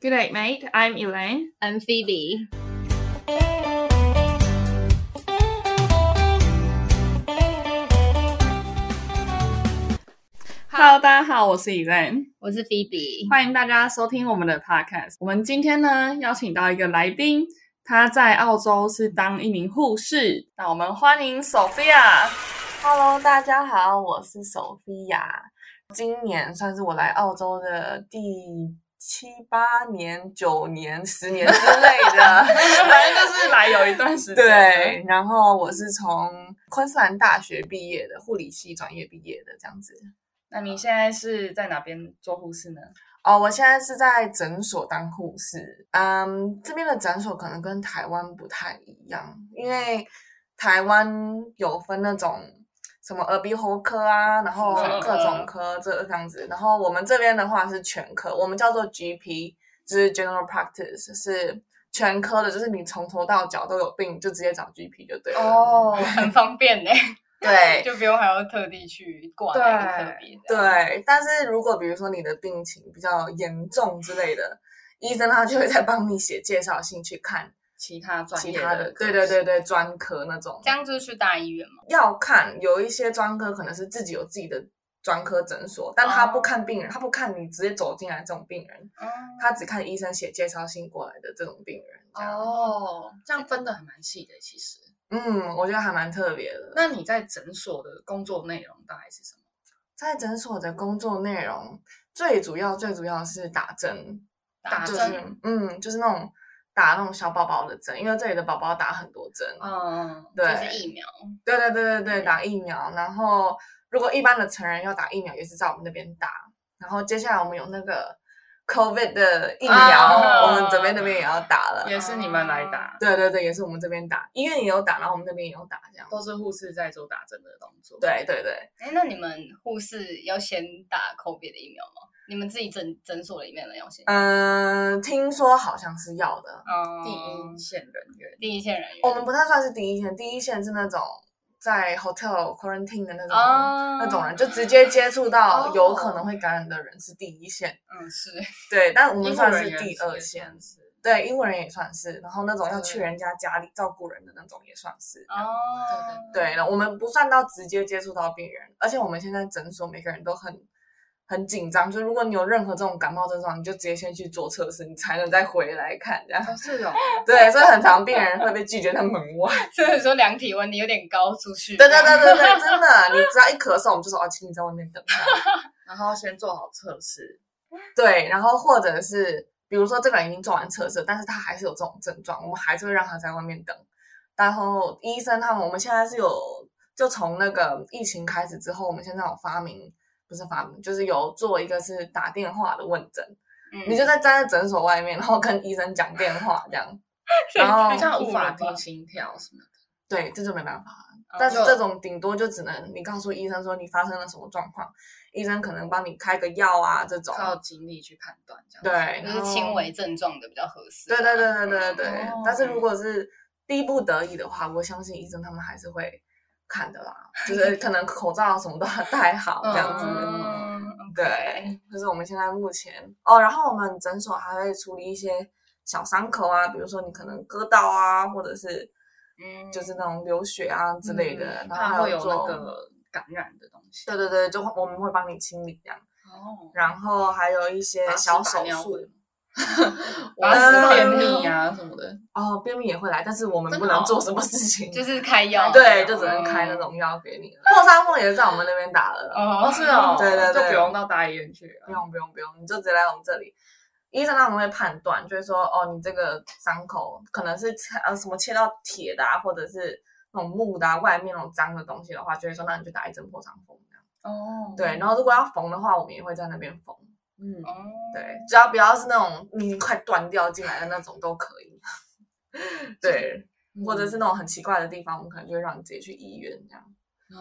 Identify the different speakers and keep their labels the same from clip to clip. Speaker 1: Good night, mate. I'm Elaine.
Speaker 2: I'm Phoebe.
Speaker 1: Hello，大家好，我是 Elaine，
Speaker 2: 我是 Phoebe。
Speaker 1: 欢迎大家收听我们的 Podcast。我们今天呢邀请到一个来宾，他在澳洲是当一名护士。那我们欢迎 Sophia。Hello，大家好，我是 Sophia。今年算是我来澳洲的第七八年、九年、十年之类的，反正就是来有一段时间。对，然后我是从昆士兰大学毕业的，护理系专业毕业的这样子。
Speaker 3: 那你现在是在哪边做护士呢？
Speaker 1: 哦，我现在是在诊所当护士。嗯，这边的诊所可能跟台湾不太一样，因为台湾有分那种什么耳鼻喉科啊，然后
Speaker 3: 妇产
Speaker 1: 各
Speaker 3: 科
Speaker 1: 种科这这样子。然后我们这边的话是全科，我们叫做 GP，就是 General Practice，是全科的，就是你从头到脚都有病，就直接找 GP 就对了。，
Speaker 3: 哦很方便 呢，
Speaker 1: 对，
Speaker 3: 就不用还要特地去挂哪个科别。这样，
Speaker 1: 对，但是如果比如说你的病情比较严重之类的，医生他就会再帮你写介绍信去看
Speaker 3: 其他专
Speaker 1: 其
Speaker 3: 业
Speaker 1: 他的，
Speaker 3: 科
Speaker 1: 对对对
Speaker 3: 室，
Speaker 1: 对，专科那种
Speaker 3: 这样就是去大医院嘛。
Speaker 1: 要看，有一些专科可能是自己有自己的专科诊所，但他不
Speaker 3: 哦
Speaker 1: 看病人，他不看你直接走进来这种病人，他只看医生写介绍信过来的这种病人。这样，
Speaker 3: 哦，这样分的还蛮细的，其实。
Speaker 1: 嗯，我觉得还蛮特别的。
Speaker 3: 那你在诊所的工作内容大概是什么？
Speaker 1: 在诊所的工作内容，最主要最主要是打针，
Speaker 3: 打
Speaker 1: 就
Speaker 3: 针
Speaker 1: 是嗯，就是那种打那种小宝宝的针，因为这里的宝宝打很多针。
Speaker 3: 嗯，
Speaker 1: 对
Speaker 3: 就是疫苗。
Speaker 1: 对对对对对，
Speaker 3: 嗯
Speaker 1: 打疫苗。然后如果一般的成人要打疫苗，也是在我们那边打。然后接下来我们有那个 COVID 的疫苗，
Speaker 3: 啊
Speaker 1: 我们这边那边也要打了。
Speaker 3: 也是你们来打，
Speaker 1: 对对对，也是我们这边打，医院也有打，然后我们那边也有打，这样。
Speaker 3: 都是护士在做打针的动作。，
Speaker 1: 对对对，
Speaker 2: 哎，那你们护士要先打 COVID 的疫苗吗？你们自己诊诊所里面的要先？
Speaker 1: 嗯，听说好像是要的。
Speaker 2: 嗯
Speaker 3: 第一线人员。
Speaker 2: 第一线人员。
Speaker 1: 我们
Speaker 3: 嗯
Speaker 1: 不太算是第一线，第一线是那种在 hotel quarantine 的那种、
Speaker 2: 哦
Speaker 1: 那种人，就直接接触到
Speaker 3: 哦
Speaker 1: 有可能会感染的人是第一线。
Speaker 2: 嗯 是，
Speaker 1: 对，但我
Speaker 3: 医
Speaker 1: 们
Speaker 3: 护
Speaker 1: 算
Speaker 3: 人
Speaker 1: 是
Speaker 3: 员
Speaker 1: 第
Speaker 3: 其实
Speaker 1: 二
Speaker 3: 也
Speaker 1: 线
Speaker 3: 算。是
Speaker 1: 对，英国人也算是，然后那种要去
Speaker 3: 对
Speaker 1: 人家家里照顾人的那种也算是。
Speaker 2: 哦，
Speaker 1: 对，然后我们不算到直接接触到病人，而且我们现在诊所每个人都很很紧张，所以如果你有任何这种感冒症状，你就直接先去做测试，你才能再回来看这 样。
Speaker 3: 哦是哦，
Speaker 1: 对，所以很常病人会被拒绝在门外。
Speaker 2: 所以说量体温你有点高出去。
Speaker 1: 对对对 对对，真的，你只要一咳嗽，我们就说哦，请你在外面等。
Speaker 3: 然后先做好测试，
Speaker 1: 对，然后或者是比如说这个人已经做完测试，但是他还是有这种症状，我们还是会让他在外面等。然后医生他们，我们现在是有，就从那个疫情开始之后，我们现在有发明，不是发明，就是有做一个是打电话的问诊，
Speaker 2: 嗯，
Speaker 1: 你就在站在诊所外面，然后跟医生讲电话这样。然后
Speaker 3: 这样无法
Speaker 2: 听
Speaker 3: 听。心跳什么的。
Speaker 1: 对，这就没办法了。
Speaker 2: 哦
Speaker 1: 但是
Speaker 3: 就
Speaker 1: 这种顶多就只能你告诉医生说你发生了什么状况，医生可能帮你开个药啊这种。
Speaker 3: 靠精力去判断，这样子
Speaker 1: 对，
Speaker 2: 就
Speaker 1: 然
Speaker 2: 是
Speaker 1: 后
Speaker 2: 轻微症状的比较合适。啊
Speaker 1: 对对对对对对。
Speaker 3: 哦
Speaker 1: 但是如果是逼不得已的话，我相信医生他们还是会看的啦，就是 可能口罩什么都要戴好这样子。
Speaker 2: 嗯，
Speaker 1: 对，就是我们现在目前哦，然后我们诊所还会处理一些小伤口啊，比如说你可能割到啊，或者是
Speaker 2: 嗯
Speaker 1: 就是那种流血啊之类的，
Speaker 3: 嗯
Speaker 1: 然后
Speaker 3: 怕
Speaker 1: 还
Speaker 3: 会有
Speaker 1: 做
Speaker 3: 那个感染的东西。
Speaker 1: 对对对，就我们会帮你清理这样，
Speaker 3: 哦，
Speaker 1: 然后还有一些
Speaker 3: 把屎
Speaker 1: 小
Speaker 3: 把
Speaker 1: 手
Speaker 3: 啊尿
Speaker 1: 术
Speaker 3: 布，
Speaker 1: 我
Speaker 3: 拉屎便
Speaker 1: 们
Speaker 3: 秘啊什么的，
Speaker 1: 哦，便秘也会来，但是我们
Speaker 3: 真
Speaker 1: 不
Speaker 3: 的
Speaker 1: 能
Speaker 3: 哦嗯
Speaker 1: 做什么 事情，
Speaker 2: 就是开药，
Speaker 1: 对，就只能开那种药给你了。破伤风也是在我们那边打的，
Speaker 2: 哦
Speaker 3: 哦是哦，
Speaker 1: 对对对
Speaker 3: 就不用到大医院去
Speaker 1: 不
Speaker 3: 了。
Speaker 1: 用不用不用，你就直接来我们这里。医生他们会判断，就是说，哦，你这个伤口可能是切呃什么切到铁的啊，或者是那种木的啊，外面那种脏的东西的话，就会说，那你就打一针破伤风这样。
Speaker 3: 哦
Speaker 1: 对，然后如果要缝的话，我们也会在那边缝。嗯，
Speaker 2: 哦，
Speaker 1: 对，只要不要是那种你快断掉进来的那种都可以。 对，或者是那种很奇怪的地方，我们可能就会让你直接去医院这样。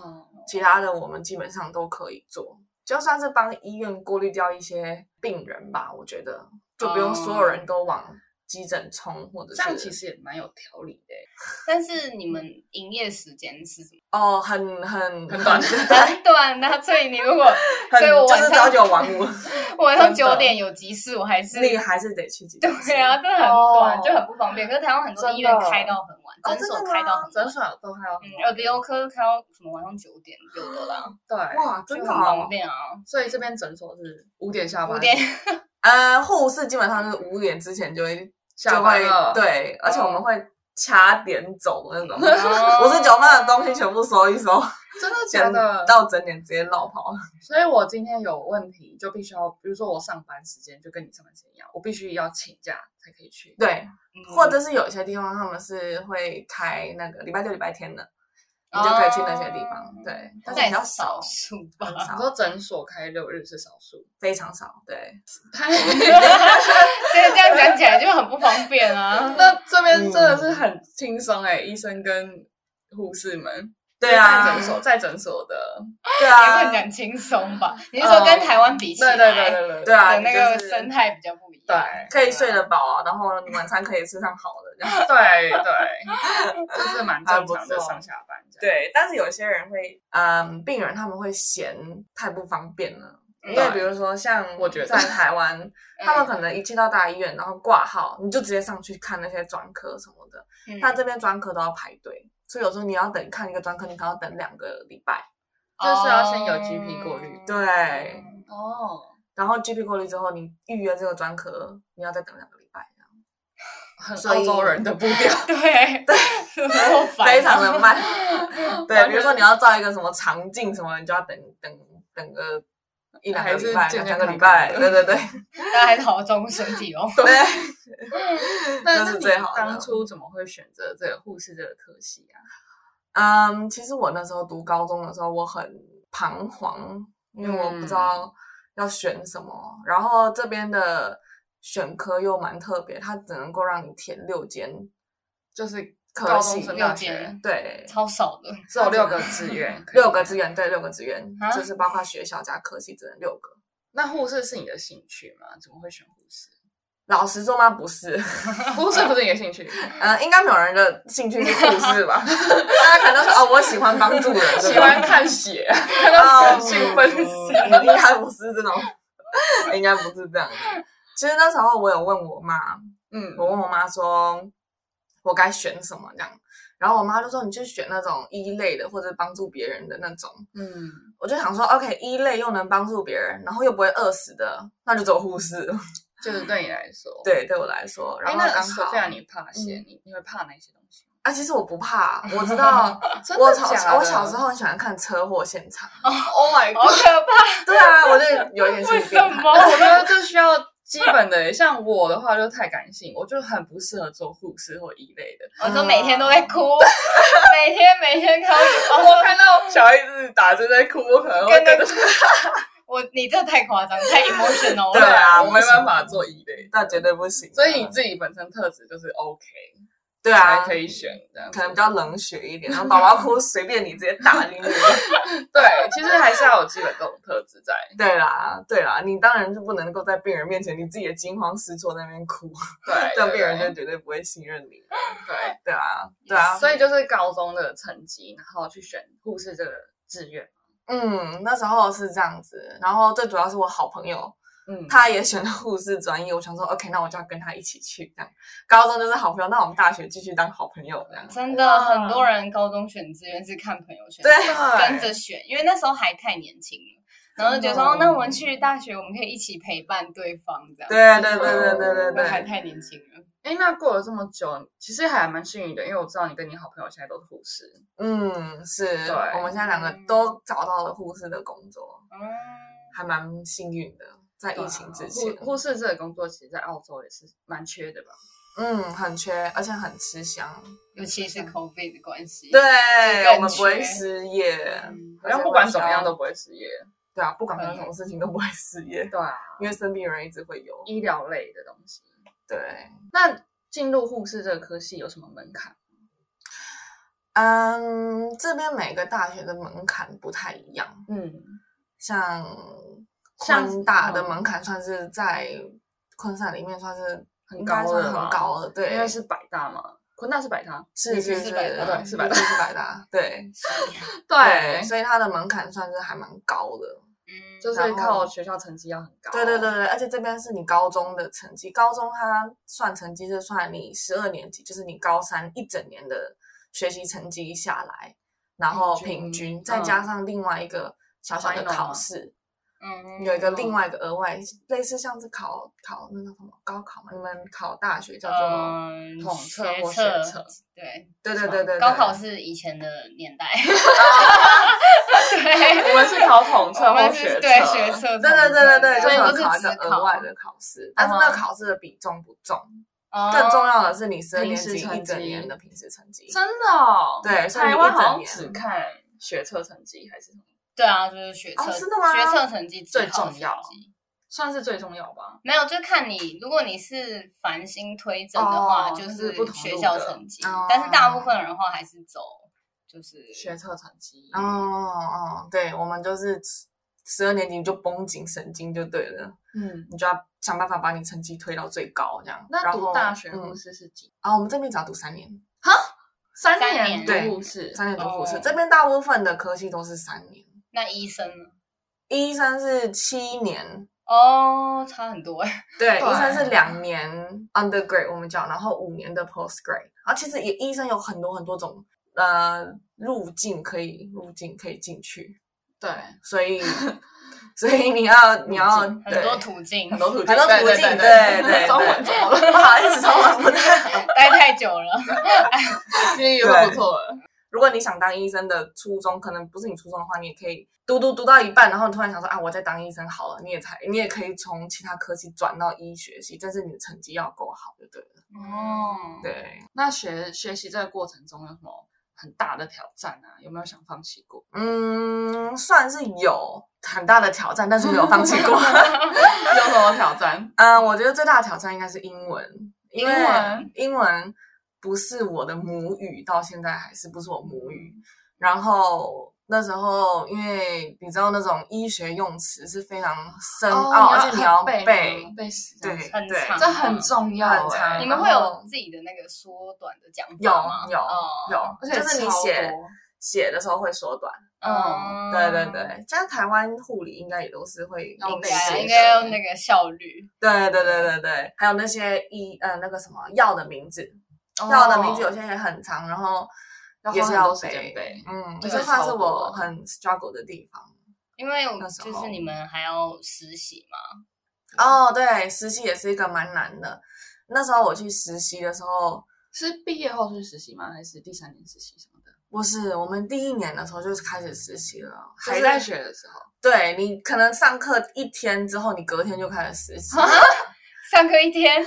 Speaker 3: 哦，
Speaker 1: 其他的我们基本上都可以做，就算是帮医院过滤掉一些病人吧，我
Speaker 2: 哦
Speaker 1: 觉得就不用所有人都往急诊冲，或者是
Speaker 3: 这样其实也蛮有条理的欸。
Speaker 2: 但是你们营业时间是什么？
Speaker 1: 哦，很很
Speaker 3: 很短
Speaker 2: 很短的，所以你如果
Speaker 1: 很
Speaker 2: 所以我
Speaker 1: 就
Speaker 2: 晚
Speaker 1: 是
Speaker 2: 上
Speaker 1: 朝九晚 五，
Speaker 2: 晚上
Speaker 3: 真的
Speaker 2: 九点有急事，我还是
Speaker 1: 那个还是得去几次。
Speaker 2: 对啊，真的很短，
Speaker 4: 哦
Speaker 2: 就很不方便。可是台湾很多医院
Speaker 4: 真的
Speaker 2: 开到很晚，
Speaker 1: 哦
Speaker 2: 诊所
Speaker 1: 真的吗
Speaker 2: 开到很晚
Speaker 3: 诊，所都还有
Speaker 2: 嗯，耳鼻喉科开到什么晚上九点有的啦，
Speaker 3: 对，
Speaker 1: 哇，真
Speaker 2: 就
Speaker 1: 的
Speaker 2: 很方
Speaker 1: 哦。
Speaker 2: 便啊。
Speaker 3: 所以这边诊所是五点下班，
Speaker 2: 五点
Speaker 1: 呃，护士基本上就是五点之前就会
Speaker 3: 下
Speaker 1: 就
Speaker 3: 班
Speaker 1: 会
Speaker 3: 了，，嗯
Speaker 1: 对，而且我们会掐点走那种。
Speaker 2: 我
Speaker 1: 五十九分的东西全部收一收，
Speaker 3: 哦真的假
Speaker 1: 整
Speaker 3: 的？
Speaker 1: 到整点直接绕跑。
Speaker 3: 所以我今天有问题，就必须要，比如说我上班时间就跟你上班时间一样，我必须要请假才可以去。
Speaker 1: 对，
Speaker 3: 嗯
Speaker 2: 嗯
Speaker 1: 或者是有些地方他们是会开那个礼拜六、礼拜天的，你就可以去那些地方。
Speaker 2: 哦
Speaker 1: 对，
Speaker 2: 但
Speaker 1: 但是
Speaker 2: 也
Speaker 1: 比较
Speaker 2: 是
Speaker 1: 少
Speaker 2: 少，数吧。
Speaker 1: 很
Speaker 3: 你
Speaker 1: 少，
Speaker 3: 说诊所开六日是少数，
Speaker 1: 非常少。对，
Speaker 2: 所以这样讲起来就很不方便啊。
Speaker 3: 那 这边真的
Speaker 1: 嗯
Speaker 3: 是很轻松哎，医生跟护士们。
Speaker 1: 对
Speaker 3: 在
Speaker 1: 啊
Speaker 3: 诊，所，在诊所的，
Speaker 1: 对
Speaker 2: 也不能
Speaker 1: 啊，
Speaker 2: 讲轻松吧？你是说跟台湾比起来，
Speaker 3: 对对对对对
Speaker 1: 对啊
Speaker 2: 的那个
Speaker 1: 就是
Speaker 2: 生态比较不一样？
Speaker 3: 对
Speaker 1: 可以睡得饱，啊然后晚餐可以吃上好的这样。
Speaker 3: 对对，就是蛮正常
Speaker 1: 还
Speaker 3: 的
Speaker 1: 不错
Speaker 3: 上下班这样。
Speaker 1: 对，但是有些人会，嗯，病人他们会嫌太不方便了，因为
Speaker 3: 对
Speaker 1: 比如说像
Speaker 3: 我觉得
Speaker 1: 在 台湾，
Speaker 2: 嗯，
Speaker 1: 他们可能一进到大医院，然后挂号，你就直接上去看那些专科什么的，
Speaker 2: 嗯
Speaker 1: 但这边专科都要排队，所以有时候你要等看一个专科，你可能要等两个礼拜。
Speaker 3: 就是要先有 GP 过滤
Speaker 2: 嗯哦
Speaker 1: 对
Speaker 4: 哦，
Speaker 1: 然后 GP 过滤之后，你预约这个专科，你要再等两个礼拜，
Speaker 3: 很
Speaker 1: 所以
Speaker 3: 澳洲人的步调，
Speaker 2: 对对，好烦啊
Speaker 1: 非常的 慢。对，
Speaker 3: 完
Speaker 1: 比如说
Speaker 3: 全
Speaker 1: 你要照一个什么肠镜什么，你就要等等等个一两个
Speaker 3: 还是
Speaker 1: 礼拜、
Speaker 3: 健
Speaker 1: 两
Speaker 3: 健
Speaker 1: 三个
Speaker 3: 康
Speaker 1: 礼拜。
Speaker 3: 康
Speaker 1: 对
Speaker 3: 的
Speaker 1: 对 对
Speaker 2: 大家还是好好照顾身体哦。
Speaker 1: 对，
Speaker 3: 那
Speaker 1: 这是最好的
Speaker 3: 那你当初怎么会选择这个护士这个科系啊？
Speaker 1: 嗯，其实我那时候读高中的时候，我很彷徨，因为我不知
Speaker 3: 嗯
Speaker 1: 道要选什么。然后这边的选科又蛮特别，它只能够让你填六间
Speaker 3: 就是
Speaker 1: 科
Speaker 3: 高
Speaker 1: 系
Speaker 3: 中，升
Speaker 2: 六
Speaker 3: 大学
Speaker 2: 间，
Speaker 1: 对，
Speaker 2: 超少的，
Speaker 3: 只有六个志愿，
Speaker 1: 六个志愿，对，六个志愿，
Speaker 2: 啊
Speaker 1: 就是包括学校加科系，只能六个。
Speaker 3: 那护士是你的兴趣吗？怎么会选护士？
Speaker 1: 老实说吗？不是，
Speaker 3: 护士不是你的兴趣，
Speaker 1: 呃，应该没有人的兴 趣是护士吧？大家可能说哦，我喜欢帮助人，对
Speaker 3: 喜
Speaker 1: 吧
Speaker 3: 欢看血，看
Speaker 1: 哦
Speaker 3: 到
Speaker 1: 嗯
Speaker 3: 血兴奋死。
Speaker 1: 应该不是这种，应该不是这样的。其实那时候我有问我妈，
Speaker 3: 嗯，
Speaker 1: 我问我妈说，我该选什么这样，然后我妈就说你去选那种一类的或者帮助别人的那种。
Speaker 3: 嗯，
Speaker 1: 我就想说，OK，一类又能帮助别人，然后又不会饿死的，那就走护士。
Speaker 3: 就是对你来说，。
Speaker 1: 对，对我来说，然
Speaker 3: 哎，
Speaker 1: 后
Speaker 3: 那
Speaker 1: 刚
Speaker 3: 索
Speaker 1: 好
Speaker 3: 菲亚，你怕血，你你会怕哪些东西？
Speaker 1: 啊，其实我不怕，我知 道
Speaker 3: 啊真
Speaker 1: 我
Speaker 3: 的
Speaker 1: 小
Speaker 3: 假的
Speaker 1: 我小时候很喜欢看车祸 现场。
Speaker 3: ，Oh my
Speaker 2: 好
Speaker 3: god！
Speaker 2: 可
Speaker 1: 对啊，我就有一点
Speaker 2: 怕！
Speaker 1: 心
Speaker 2: 为
Speaker 1: 理
Speaker 2: 什
Speaker 1: 变 态。
Speaker 2: 么？
Speaker 3: 我觉得这需要基本的， 像我的话就太感性，我就很不适合做护士或一类的。
Speaker 2: 我说每天都在
Speaker 1: 啊
Speaker 2: 哭， 每天每天看到
Speaker 3: 我看到小孩子打针在哭，我可能会
Speaker 2: 跟
Speaker 3: 哦跟
Speaker 2: 那
Speaker 3: 着
Speaker 2: 个我，你这太夸张， 太 emotional
Speaker 1: 对
Speaker 2: 了。
Speaker 1: 啊
Speaker 3: 我没办法做一类，
Speaker 1: 那绝对不行啊。
Speaker 3: 所以你自己本身特质就是 OK，
Speaker 1: 对
Speaker 3: 才
Speaker 1: 啊，
Speaker 3: 可以选这样子。
Speaker 1: 可能比较冷血一点，然后宝宝哭随便你直接打你女儿。
Speaker 3: 对，其实还是要有基本这种特质在。
Speaker 1: 对啦，对啦，你当然是不能够在病人面前你自己也惊慌失措在那边哭，
Speaker 3: 哎对， 啊
Speaker 1: 这样病人
Speaker 3: 对
Speaker 1: 就绝对不会信任你。
Speaker 3: 对，
Speaker 1: 对啊，对啊，
Speaker 3: 所以就是高中的成绩，然后去选护士这个志愿。
Speaker 1: 嗯，那时候是这样子。然后最主要是我好朋友，
Speaker 3: 嗯，
Speaker 1: 他也选了护士专业，我想说，OK，那我就要跟他一起去。这样，高中就是好朋友，那我们大学继续当好朋友这样。
Speaker 2: 真的，
Speaker 3: 哇
Speaker 2: 很多人高中选志愿是看朋友圈，
Speaker 1: 对
Speaker 2: 跟着选，因为那时候还太年轻了，然后就觉得说，哦，那我们去大学，我们可以一起陪伴对方，这样。哦
Speaker 1: 对对对对对对
Speaker 2: 那还
Speaker 1: 对，
Speaker 2: 太年轻了。
Speaker 3: 哎，那过了这么久，其实还蛮幸运的，因为我知道你跟你好朋友现在都是护士。
Speaker 1: 嗯，是
Speaker 3: 对
Speaker 1: 我们现在两个都找到了护士的工作，
Speaker 2: 嗯，
Speaker 1: 还蛮幸运的，在疫情之前，
Speaker 3: 啊护护士这个工作其实，在澳洲也是蛮缺的吧？
Speaker 1: 嗯，很缺，而且很吃香。
Speaker 2: 尤其是 COVID 的关系，
Speaker 1: 对，
Speaker 2: 更
Speaker 1: 我们不会
Speaker 2: 缺
Speaker 1: 失业，
Speaker 2: 嗯，
Speaker 3: 好像不管怎么样都不会失业。
Speaker 1: 对啊，不管发生什么事情都不会失业，
Speaker 3: 对啊，
Speaker 1: 因为生病人一直会有。
Speaker 3: 医疗类的东西。
Speaker 1: 对，
Speaker 3: 那进入护士这个科系有什么门槛？
Speaker 1: 嗯，这边每个大学的门槛不太一样，
Speaker 3: 嗯，
Speaker 1: 像
Speaker 3: 像
Speaker 1: 昆大的
Speaker 3: 嗯
Speaker 1: 门槛算是在昆山里面算是
Speaker 3: 很
Speaker 1: 应该
Speaker 3: 高
Speaker 1: 算
Speaker 3: 了
Speaker 1: 很
Speaker 3: 吧
Speaker 1: 高了，对，
Speaker 3: 因为是百大嘛。昆大是百搭，
Speaker 1: 是是
Speaker 3: 是
Speaker 1: 是，
Speaker 3: 百搭，对，是百搭。
Speaker 1: 是百搭，对
Speaker 3: 对，
Speaker 1: 所以它的门槛算是还蛮高的。
Speaker 2: 嗯，
Speaker 3: 就是
Speaker 1: 然后
Speaker 3: 靠学校成绩要很高。
Speaker 1: 对对对对，而且这边是你高中的成绩，高中它算成绩是算你十二年级，就是你高三一整年的学习成绩下来，然后平
Speaker 3: 平均嗯
Speaker 1: 均再加上另外一个小小
Speaker 3: Final
Speaker 1: 的考
Speaker 3: 吗
Speaker 1: 试，
Speaker 2: 嗯
Speaker 1: 有一个另外一个额外类似像是考考那个什么高考嘛，你们考大学叫做、
Speaker 2: 嗯
Speaker 3: 统测或学
Speaker 2: 测
Speaker 3: 测，
Speaker 2: 对，
Speaker 1: 对对对对，
Speaker 2: 高考
Speaker 1: 对
Speaker 2: 是以前的年 代，对，
Speaker 3: 我们是考统测
Speaker 2: 我
Speaker 3: 或
Speaker 2: 们
Speaker 3: 学
Speaker 2: 是
Speaker 3: 测，
Speaker 2: 对学测，
Speaker 1: 对对对对对，
Speaker 2: 所以
Speaker 1: 就是
Speaker 2: 都
Speaker 1: 考
Speaker 2: 是
Speaker 1: 一个
Speaker 2: 只
Speaker 1: 额外
Speaker 2: 考，
Speaker 1: 的考试，但是那个考试的比重不重，
Speaker 2: 更
Speaker 1: 更重要的是你十二年
Speaker 3: 平时
Speaker 1: 级一
Speaker 3: 成
Speaker 1: 整
Speaker 3: 绩
Speaker 1: 年的平时成绩。
Speaker 3: 真的哦。
Speaker 1: 对，所以你
Speaker 3: 台
Speaker 1: 一
Speaker 3: 湾好像
Speaker 1: 整年
Speaker 3: 只看学测成绩还是什么，
Speaker 2: 对啊，就是学测，
Speaker 1: 哦真的吗
Speaker 2: 学测成绩只
Speaker 3: 最
Speaker 2: 考
Speaker 3: 重要
Speaker 2: 成绩
Speaker 3: 算是最重要吧。
Speaker 2: 没有，就看你，如果你是繁星推甄的话，
Speaker 3: 哦
Speaker 2: 就
Speaker 3: 就是不同路
Speaker 2: 学校
Speaker 3: 的
Speaker 2: 成绩，
Speaker 1: 哦
Speaker 2: 但是大部分人的话还是走就是
Speaker 3: 学测成绩，
Speaker 1: 哦哦，对，我们就是十二年级你就绷紧神经就对了，
Speaker 3: 嗯，
Speaker 1: 你就要想办法把你成绩推到最高这样。
Speaker 3: 那
Speaker 1: 然
Speaker 3: 读
Speaker 1: 后
Speaker 3: 大学
Speaker 1: 嗯
Speaker 3: 护，士是几？
Speaker 1: 啊、我们这边只要读三年，
Speaker 3: 三
Speaker 2: 三
Speaker 3: 年
Speaker 2: 年
Speaker 3: 读
Speaker 1: 对
Speaker 3: 护士，
Speaker 1: 三年读护士，
Speaker 2: 哦
Speaker 1: 这边大部分的科系都是三年，
Speaker 2: 那医生呢？
Speaker 1: 医生是七年，
Speaker 2: 哦，差很多哎，
Speaker 1: 对，
Speaker 3: 对
Speaker 1: 医生是两年 undergrad 我们叫，然后五年的 postgrad。然后其实也医生有很多很多种呃路径可以入境可以进去，
Speaker 3: 对，
Speaker 1: 所以所以你要你要
Speaker 3: 很
Speaker 2: 很
Speaker 1: 对
Speaker 2: 多途径，
Speaker 3: 很多途径，
Speaker 1: 很多途径，对对对，
Speaker 3: 中 文中文，
Speaker 1: 不好意思，中文不太好。
Speaker 2: 待太久了，
Speaker 3: 英语都不错了。
Speaker 1: 如果你想当医生的初衷，可能不是你初衷的话，你也可以读读读到一半，然后你突然想说啊，我在当医生好了，你也才你也可以从其他科系转到医学系，但是你的成绩要够好就对了。
Speaker 2: 哦，
Speaker 1: 对，
Speaker 3: 那学学习这个过程中有什么很大的挑战啊？有没有想放弃过？
Speaker 1: 嗯，算是有很大的挑战，但是没有放弃过。
Speaker 3: 有什么挑战？
Speaker 1: 嗯，我觉得最大的挑战应该是英文，因为
Speaker 3: 英文
Speaker 1: 英文不是我的母语，到现在还是不是我母语。然后那时候，因为你知道那种医学用词是非常深
Speaker 3: 哦
Speaker 1: 奥，而嗯哦啊且你要
Speaker 3: 背
Speaker 1: 背
Speaker 3: 吗，背死这
Speaker 1: 对
Speaker 3: 样子，
Speaker 2: 很
Speaker 1: 对，
Speaker 2: 长
Speaker 3: 这很重要
Speaker 1: 很
Speaker 3: 欸。
Speaker 1: 长
Speaker 2: 你
Speaker 1: 然
Speaker 2: 们会有
Speaker 1: 后
Speaker 2: 自己的那个缩短的讲
Speaker 1: 有
Speaker 2: 法吗？
Speaker 1: 有
Speaker 2: 哦
Speaker 1: 有，
Speaker 3: 而且
Speaker 1: 就是你
Speaker 3: 超
Speaker 1: 写
Speaker 3: 多
Speaker 1: 写的时候会缩短。
Speaker 2: 嗯，
Speaker 1: 对对对，像台湾护理应该也都是会
Speaker 3: 要
Speaker 1: 硬
Speaker 3: 背
Speaker 1: 写
Speaker 2: 对，
Speaker 3: 写
Speaker 2: 应
Speaker 1: 的
Speaker 2: 该要那个效率，
Speaker 1: 对对对对对，还有那些医呃那个什么药的名字，药的名字有些也很长，然后
Speaker 3: 哦要
Speaker 1: 也
Speaker 3: 花
Speaker 1: 是
Speaker 3: 很
Speaker 1: 要
Speaker 3: 多时间背
Speaker 1: 嗯，
Speaker 3: 对
Speaker 1: 这算
Speaker 3: 超
Speaker 1: 是
Speaker 3: 多
Speaker 1: 我很 struggle 的地方。
Speaker 2: 因为我
Speaker 1: 那时
Speaker 2: 就
Speaker 1: 候
Speaker 2: 是你们还要实习嘛，
Speaker 1: 哦，对，实习也是一个蛮难的。那时候我去实习的时候，
Speaker 3: 是毕业后去实习吗？还是第三年实习什么的？
Speaker 1: 不是我们第一年的时候就开始实习了，
Speaker 3: 还
Speaker 1: 就是
Speaker 3: 在学的时候，
Speaker 1: 对你可能上课一天之后，你隔天就开始实习。
Speaker 2: 上课一天，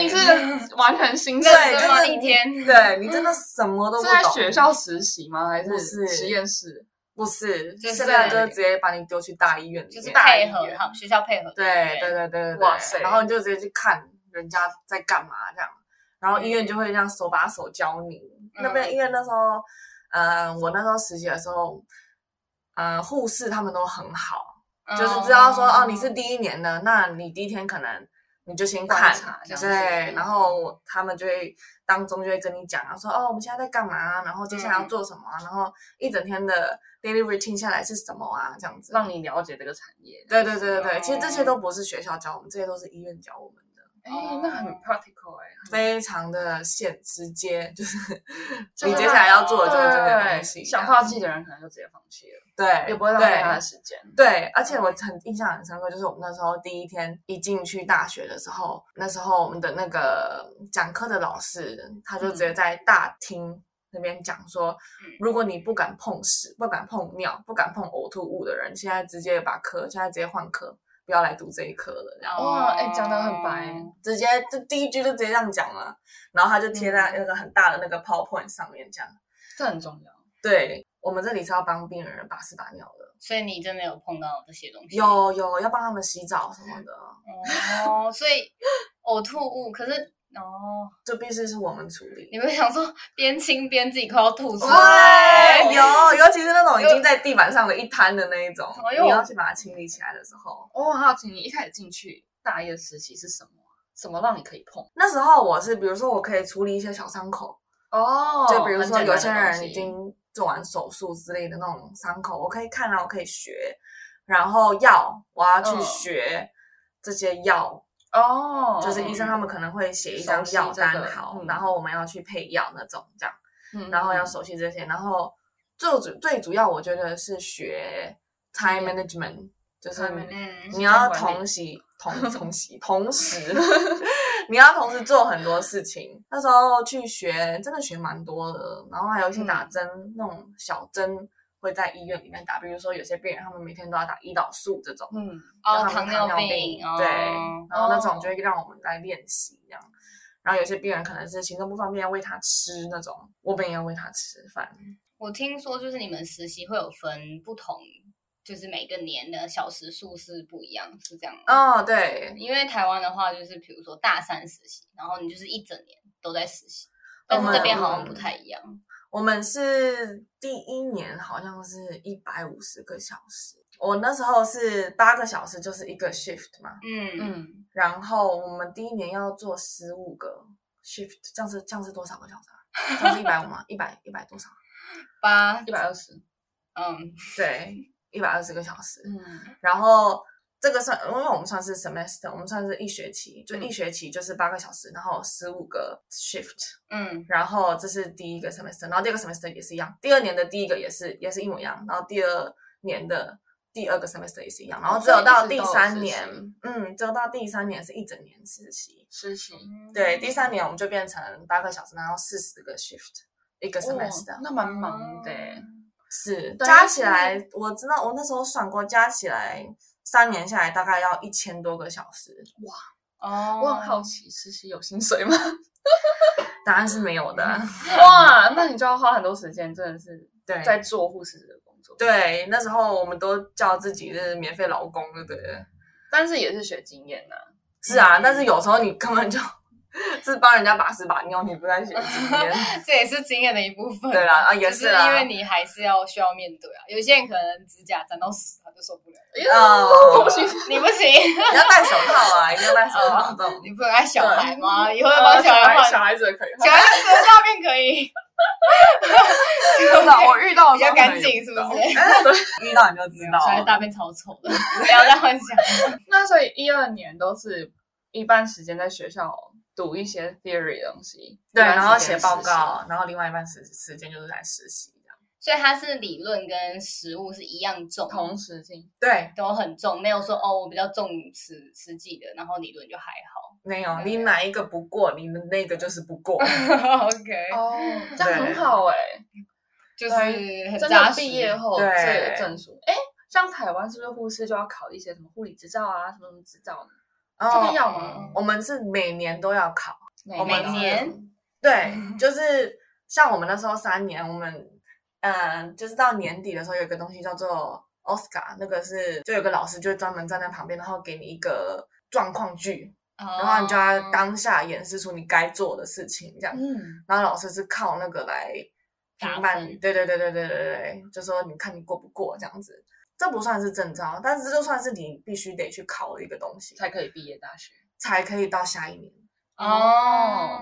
Speaker 3: 你 是完全新生
Speaker 1: 对，
Speaker 2: 认
Speaker 1: 就
Speaker 2: 真
Speaker 1: 是
Speaker 2: 吗
Speaker 1: 你
Speaker 2: 一天
Speaker 1: 对你真的什么都
Speaker 3: 是
Speaker 1: 不
Speaker 3: 在
Speaker 1: 懂。
Speaker 3: 学校实习吗？还
Speaker 1: 不
Speaker 3: 是
Speaker 1: 是
Speaker 3: 实验室？
Speaker 1: 不是，
Speaker 2: 就是
Speaker 1: 现在就是直接把你丢去大医院里面，
Speaker 2: 就是
Speaker 3: 大
Speaker 2: 配
Speaker 3: 一
Speaker 2: 合
Speaker 3: 耶
Speaker 2: 他们学校配合的
Speaker 1: 对对对对对，对
Speaker 3: 哇塞
Speaker 1: 然后你就直接去看人家在干嘛这样，然后医院就会这样手把手教你。
Speaker 2: 嗯
Speaker 1: 那边医院那时候，呃，我那时候实习的时候，呃，护士他们都很好，
Speaker 2: 对
Speaker 1: 就是知道说哦，你是第一年的，那你第一天可能。你就先看
Speaker 3: 观察，这样子嗯
Speaker 1: 对，然后我他们就会当中就会跟你讲啊，说哦，我们现在在干嘛啊，然后接下来要
Speaker 2: 嗯
Speaker 1: 做什么啊，然后一整天的 daily routine 下来是什么啊，这样子。
Speaker 3: 让你了解这个产业。
Speaker 1: 对对对对对，
Speaker 2: 哦
Speaker 1: 其实这些都不是学校教我们，这些都是医院教我们的，
Speaker 3: 哎，那很
Speaker 1: 哦
Speaker 3: practical 哎，
Speaker 1: 非常的现直接，就是
Speaker 3: 就是
Speaker 1: 你接下来要做的就是这个东西。
Speaker 3: 对，想放弃的人可能就直接放弃了，
Speaker 1: 对，
Speaker 3: 也不会浪费他的
Speaker 1: 对
Speaker 3: 时间。
Speaker 1: 对，而且我很印象很深刻，就是我们那时候第一天一进去大学的时候，那时候我们的那个讲课的老师，他就直
Speaker 3: 嗯
Speaker 1: 接在大厅。那边讲说，如果你不敢碰屎、不敢碰尿、不敢碰呕吐物的人，现在直接把课，现在直接换课，不要来读这一课了。这样
Speaker 3: 哇哎讲得很白
Speaker 1: 直接就第一句就直接这样讲了，然后他就贴在那个很大的那个 PowerPoint 上面这样。
Speaker 3: 这很重要。
Speaker 1: 对我们这里是要帮病人把屎把尿的，
Speaker 2: 嗯所以你真的有碰到这些东西？
Speaker 1: 有有要帮他们洗澡什么的，
Speaker 2: 哦，所以呕吐物，可是哦，
Speaker 1: 就必须是我们处理。
Speaker 2: 你们想说边亲边自己快要吐出来，
Speaker 1: 对，有，尤其是那种已经在地板上的一滩的那一种，
Speaker 2: 哎呦
Speaker 1: 你要去把它清理起来的时候，
Speaker 3: 我很好奇，你一开始进去大一的实习是什么啊？什么让你可以碰？
Speaker 1: 那时候我是，比如说我可以处理一些小伤口，
Speaker 3: 哦，
Speaker 1: 就比如
Speaker 3: 很
Speaker 1: 说
Speaker 3: 简单
Speaker 1: 有
Speaker 3: 的
Speaker 1: 些
Speaker 3: 东
Speaker 1: 人
Speaker 3: 西
Speaker 1: 已经做完手术之类的那种伤口，我可以看啊，我可以学，然后药我要去
Speaker 3: 嗯
Speaker 1: 学这些药，
Speaker 3: 哦，
Speaker 1: 就是医生他们可能会写一张
Speaker 3: 熟悉
Speaker 1: 药单
Speaker 3: 这个
Speaker 1: 好，
Speaker 3: 嗯
Speaker 1: 然后我们要去配药那种这样，
Speaker 3: 嗯，
Speaker 1: 然后要熟悉这些，然后最主最主要我觉得是学 time management，就是
Speaker 3: Time management
Speaker 2: 嗯，
Speaker 1: 你要
Speaker 3: 时间管理
Speaker 1: 同时同同时同时， 你要同时做很多事情。那时候去学，真的学蛮多的，然后还有一些打针、那种小针。会在医院里面打，比如说有些病人他们每天都要打胰岛素这种，
Speaker 3: 嗯
Speaker 2: 哦，
Speaker 1: 让他
Speaker 2: 糖
Speaker 1: 们
Speaker 2: 尿
Speaker 1: 糖
Speaker 2: 病，
Speaker 1: 尿病
Speaker 2: 哦
Speaker 1: 对然后那种
Speaker 3: 哦
Speaker 1: 就会让我们来练习这样。然后有些病人可能是行动不方便，要喂他吃那种，我们也要喂他吃饭。
Speaker 2: 我听说就是你们实习会有分不同，就是每个年的小时数是不一样，是这样吗？
Speaker 1: 哦，对，
Speaker 2: 因为台湾的话，就是比如说大三实习，然后你就是一整年都在实习，但是这边好像不太一样。
Speaker 1: 我们是第一年好像是一百五十个小时，我那时候是八个小时就是一个 shift 嘛，
Speaker 2: 嗯，
Speaker 3: 嗯，
Speaker 1: 然后我们第一年要做十五个 shift，这样是这样是多少个小时啊？这样是一百五吗？一百一百多少？
Speaker 2: 八，
Speaker 3: 一百二十，
Speaker 2: 嗯，
Speaker 1: 对，一百二十个小时。
Speaker 3: 嗯
Speaker 1: 然后这个算，因为我们算是 semester，我们算是一学期，就
Speaker 3: 嗯
Speaker 1: 一学期就是八个小时，然后十五个 shift，
Speaker 2: 嗯，
Speaker 1: 然后这是第一个 semester，然后第二个 semester 也是一样，第二年的第一个也是也是一模一样，然后第二年的第二个 semester 也是一样，然后只有到第三年
Speaker 3: 哦所以一直，
Speaker 1: 嗯，只有到第三年是一整年实习。
Speaker 3: 实习
Speaker 2: 哦
Speaker 1: 嗯对，第三年我们就变成八个小时，然后四十个 shift，一个 semester，、
Speaker 3: 哦那蛮忙的欸，
Speaker 1: 是
Speaker 3: 对
Speaker 1: 加起来，我知道我那时候算过，加起来三年下来大概要一千多个小时。
Speaker 2: 哦，
Speaker 3: 我很好奇，实习有薪水吗？
Speaker 1: 答案是没有的，
Speaker 3: 嗯哇，那你就要花很多时间，真的是
Speaker 1: 对
Speaker 3: 在做护士的工作，，
Speaker 1: 对，那时候我们都叫自己是免费劳工，对不对？
Speaker 3: 但是也是学经验呐，
Speaker 1: 是啊，
Speaker 2: 嗯
Speaker 1: 但是有时候你根本就 是帮人家把屎把尿，你不 在学经验。
Speaker 2: 这也是经验的一部分。
Speaker 1: 对啦，啊也
Speaker 2: 只
Speaker 1: 是
Speaker 2: 是因
Speaker 1: 啦
Speaker 2: 为，你还是要需要面对啊。有些人可能指甲沾到屎，他就受不了。
Speaker 1: 哦，
Speaker 2: 你不行，
Speaker 1: 你要戴手 套啊，一定要戴手套。这种
Speaker 2: 你不能爱小孩吗？以后要
Speaker 3: 呃
Speaker 2: 帮小孩换，
Speaker 3: 小
Speaker 2: 小
Speaker 3: 孩子也可以，
Speaker 2: 孩子的大便可以
Speaker 3: 真的，我遇到的
Speaker 2: 比较
Speaker 3: 时候
Speaker 2: 嗯干净，是不
Speaker 3: 可能有遇到哎
Speaker 2: 是？
Speaker 1: 遇到你就知道
Speaker 2: 小孩
Speaker 1: 了。
Speaker 2: 大便超臭的，不要再幻想。
Speaker 3: 那所以一二年都是一半时间在学校读一些 theory 的东西，
Speaker 1: 对，
Speaker 3: 一半
Speaker 1: 然后
Speaker 3: 时间
Speaker 1: 写报
Speaker 3: 实习，
Speaker 1: 告，然后另外一半时时间就是来实习这样。
Speaker 2: 所以它是理论跟实物是一样重，
Speaker 3: 同时进，
Speaker 1: 对，
Speaker 2: 都很重，没有说哦我比较重实实际的，然后理论就还好。
Speaker 1: 没有，你哪一个不过，你的那个就是不过。
Speaker 2: 嗯 OK，
Speaker 3: 哦，这样很好哎，
Speaker 2: 就是很
Speaker 3: 真
Speaker 2: 扎
Speaker 3: 的
Speaker 2: 实。
Speaker 3: 毕业后
Speaker 1: 对
Speaker 3: 这有证书，哎，像台湾是不是护士就要考一些什么护理执照啊，什么什么执照呢？这边要吗？
Speaker 2: 哦
Speaker 1: 我们是每年都要考，我
Speaker 2: 每
Speaker 1: 们是
Speaker 2: 年
Speaker 1: 对，就是像我们那时候三年，我们嗯、呃就是到年底的时候有一个东西叫做 Oscar，那个是就有个老师就专门站在旁边，然后给你一个状况剧，然
Speaker 2: 然
Speaker 1: 后你就
Speaker 2: 哦
Speaker 1: 要当下演示出你该做的事情，这样。
Speaker 3: 嗯，
Speaker 1: 然后老师是靠那个来
Speaker 2: 打
Speaker 1: 评判
Speaker 2: 分
Speaker 1: 你，对对对对对对对，就说你看你过不过这样子。这不算是正招，但是这就算是你必须得去考的一个东西，
Speaker 3: 才可以毕业大学。
Speaker 1: 才可以到下一年。
Speaker 2: 哦。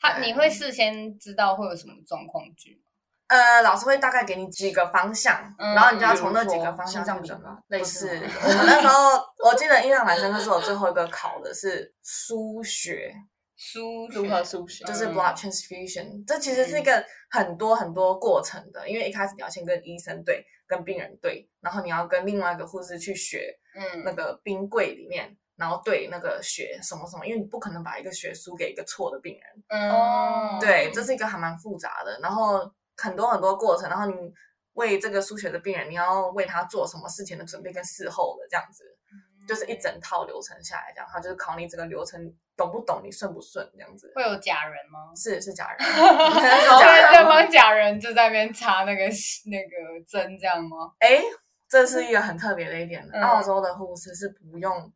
Speaker 2: 他
Speaker 1: 对
Speaker 2: 你会事先知道会有什么状况剧吗？
Speaker 1: 呃，老师会大概给你几个方向，
Speaker 2: 嗯
Speaker 1: 然后你就要从那几个
Speaker 3: 比
Speaker 1: 方向
Speaker 3: 如说心脏病
Speaker 1: 去准备
Speaker 3: 吗类
Speaker 1: 不
Speaker 3: 似
Speaker 1: 是，
Speaker 3: 吗
Speaker 1: 我们那时候我记得印象蛮深刻，是我最后一个考的是输血，
Speaker 2: 书
Speaker 3: 如何书写？
Speaker 1: 就是
Speaker 2: 嗯
Speaker 1: blood transfusion，、这其实
Speaker 3: 嗯
Speaker 1: 是一个很多很多过程的，因为一开始你要先跟医生对，跟病人对，然后你要跟另外一个护士去学那
Speaker 2: 嗯
Speaker 1: 个冰柜里面。然后对那个血什么什么，因为你不可能把一个血输给一个错的病人，
Speaker 2: 嗯
Speaker 3: 哦
Speaker 1: 对，这是一个还蛮复杂的，然后很多很多过程，然后你为这个输血的病人，你要为他做什么事情的准备跟事后的这样子，就是一整套流程下来，这样他就是考你整个流程懂不懂，你顺不顺这样子。
Speaker 2: 会有假人吗？
Speaker 1: 是 是假人，
Speaker 2: 然后
Speaker 1: 假
Speaker 2: 在
Speaker 1: 人
Speaker 2: 帮假人就在那边插那个那个针，这样吗？
Speaker 1: 哎，这是一个很特别的一点
Speaker 2: 嗯
Speaker 1: 澳洲的护士是不用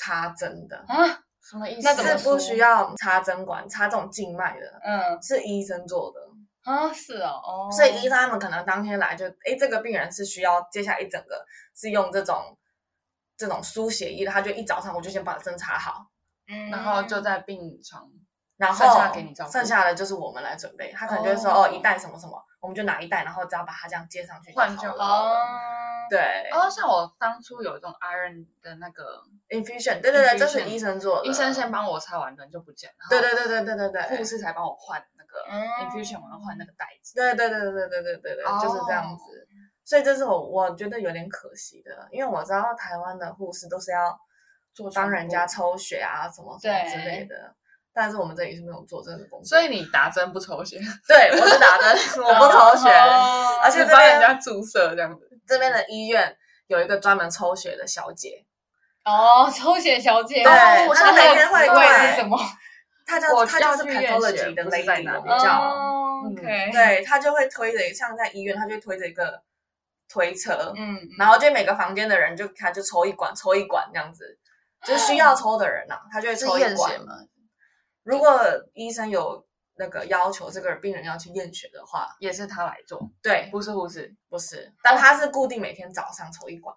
Speaker 1: 插针的，
Speaker 2: 啊，
Speaker 3: 什么意思？
Speaker 2: 那怎么
Speaker 1: 是
Speaker 2: 说
Speaker 1: 不需要插针管、插这种静脉的，
Speaker 2: 嗯
Speaker 1: 是医生做的。
Speaker 2: 啊，是哦，哦，
Speaker 1: 所以医生他们可能当天来就，诶，这个病人是需要接下来一整个是用这种这种输血液的，他就一早上我就先把针插好，
Speaker 2: 嗯
Speaker 3: 然后就在病床
Speaker 1: 然后
Speaker 3: 剩下给你照顾
Speaker 1: 剩下的就是我们来准备。他可能就会说
Speaker 2: 哦
Speaker 1: 哦一袋什么什么，我们就拿一袋，然后只要把它这样接上去
Speaker 3: 换
Speaker 1: 就好
Speaker 3: 就
Speaker 1: 了。
Speaker 3: 好
Speaker 2: 哦，
Speaker 1: 对
Speaker 3: 哦，像我当初有一种 iron 的那个，
Speaker 1: ，infusion，对对对，这是
Speaker 3: infusion
Speaker 1: 医生做的。
Speaker 3: 医生先帮我擦完针就不见，
Speaker 1: 对。对对对对对
Speaker 3: 然后
Speaker 1: 对
Speaker 3: 护。士才帮我换那个
Speaker 2: 嗯
Speaker 3: infusion，然后换那个袋子。
Speaker 1: 对对对对对对对对对，
Speaker 3: 哦
Speaker 1: 就是这样子。所以这是我我觉得有点可惜的，因为我知道台湾的护士都是要
Speaker 3: 做全
Speaker 1: 帮
Speaker 3: 部
Speaker 1: 人家抽血啊什么什么
Speaker 2: 对
Speaker 1: 之类的，但是我们这里是没有做这个工作。
Speaker 3: 所以你打针不抽血，
Speaker 1: 对我是打针， 我不抽血，啊
Speaker 2: 哦
Speaker 1: 而且
Speaker 3: 只
Speaker 1: 这
Speaker 3: 帮人
Speaker 1: 边
Speaker 3: 家注射这样子。
Speaker 1: 这边的医院有一个专门抽血的小姐，
Speaker 2: 哦，抽血小姐，
Speaker 1: 对
Speaker 2: 哦
Speaker 1: 我
Speaker 2: 知
Speaker 1: 上
Speaker 2: 道
Speaker 1: 台
Speaker 2: 有
Speaker 1: 边
Speaker 2: 职
Speaker 1: 会
Speaker 2: 位
Speaker 1: 对
Speaker 2: 是什么？
Speaker 1: 她叫
Speaker 3: 我
Speaker 1: 她就
Speaker 3: 要
Speaker 1: 是
Speaker 3: 去验血
Speaker 1: pathology 的
Speaker 3: 不是在
Speaker 1: lady，
Speaker 3: 哪
Speaker 1: 我
Speaker 3: 里
Speaker 1: 们叫。
Speaker 2: 哦
Speaker 3: 嗯
Speaker 2: ，OK，
Speaker 1: 对他就会推着，像在医院，他就会推着一个推车，
Speaker 2: 嗯，
Speaker 1: 然后就每个房间的人就他就抽一管，抽一管这样子，就是需要抽的人呐、他就会抽一管。
Speaker 3: 吗？
Speaker 1: 如果医生有那个要求，这个病人要去验血的话，
Speaker 3: 也是他来做，
Speaker 1: 对，
Speaker 3: 不是护士。
Speaker 1: 不是，但他是固定每天早上抽一管。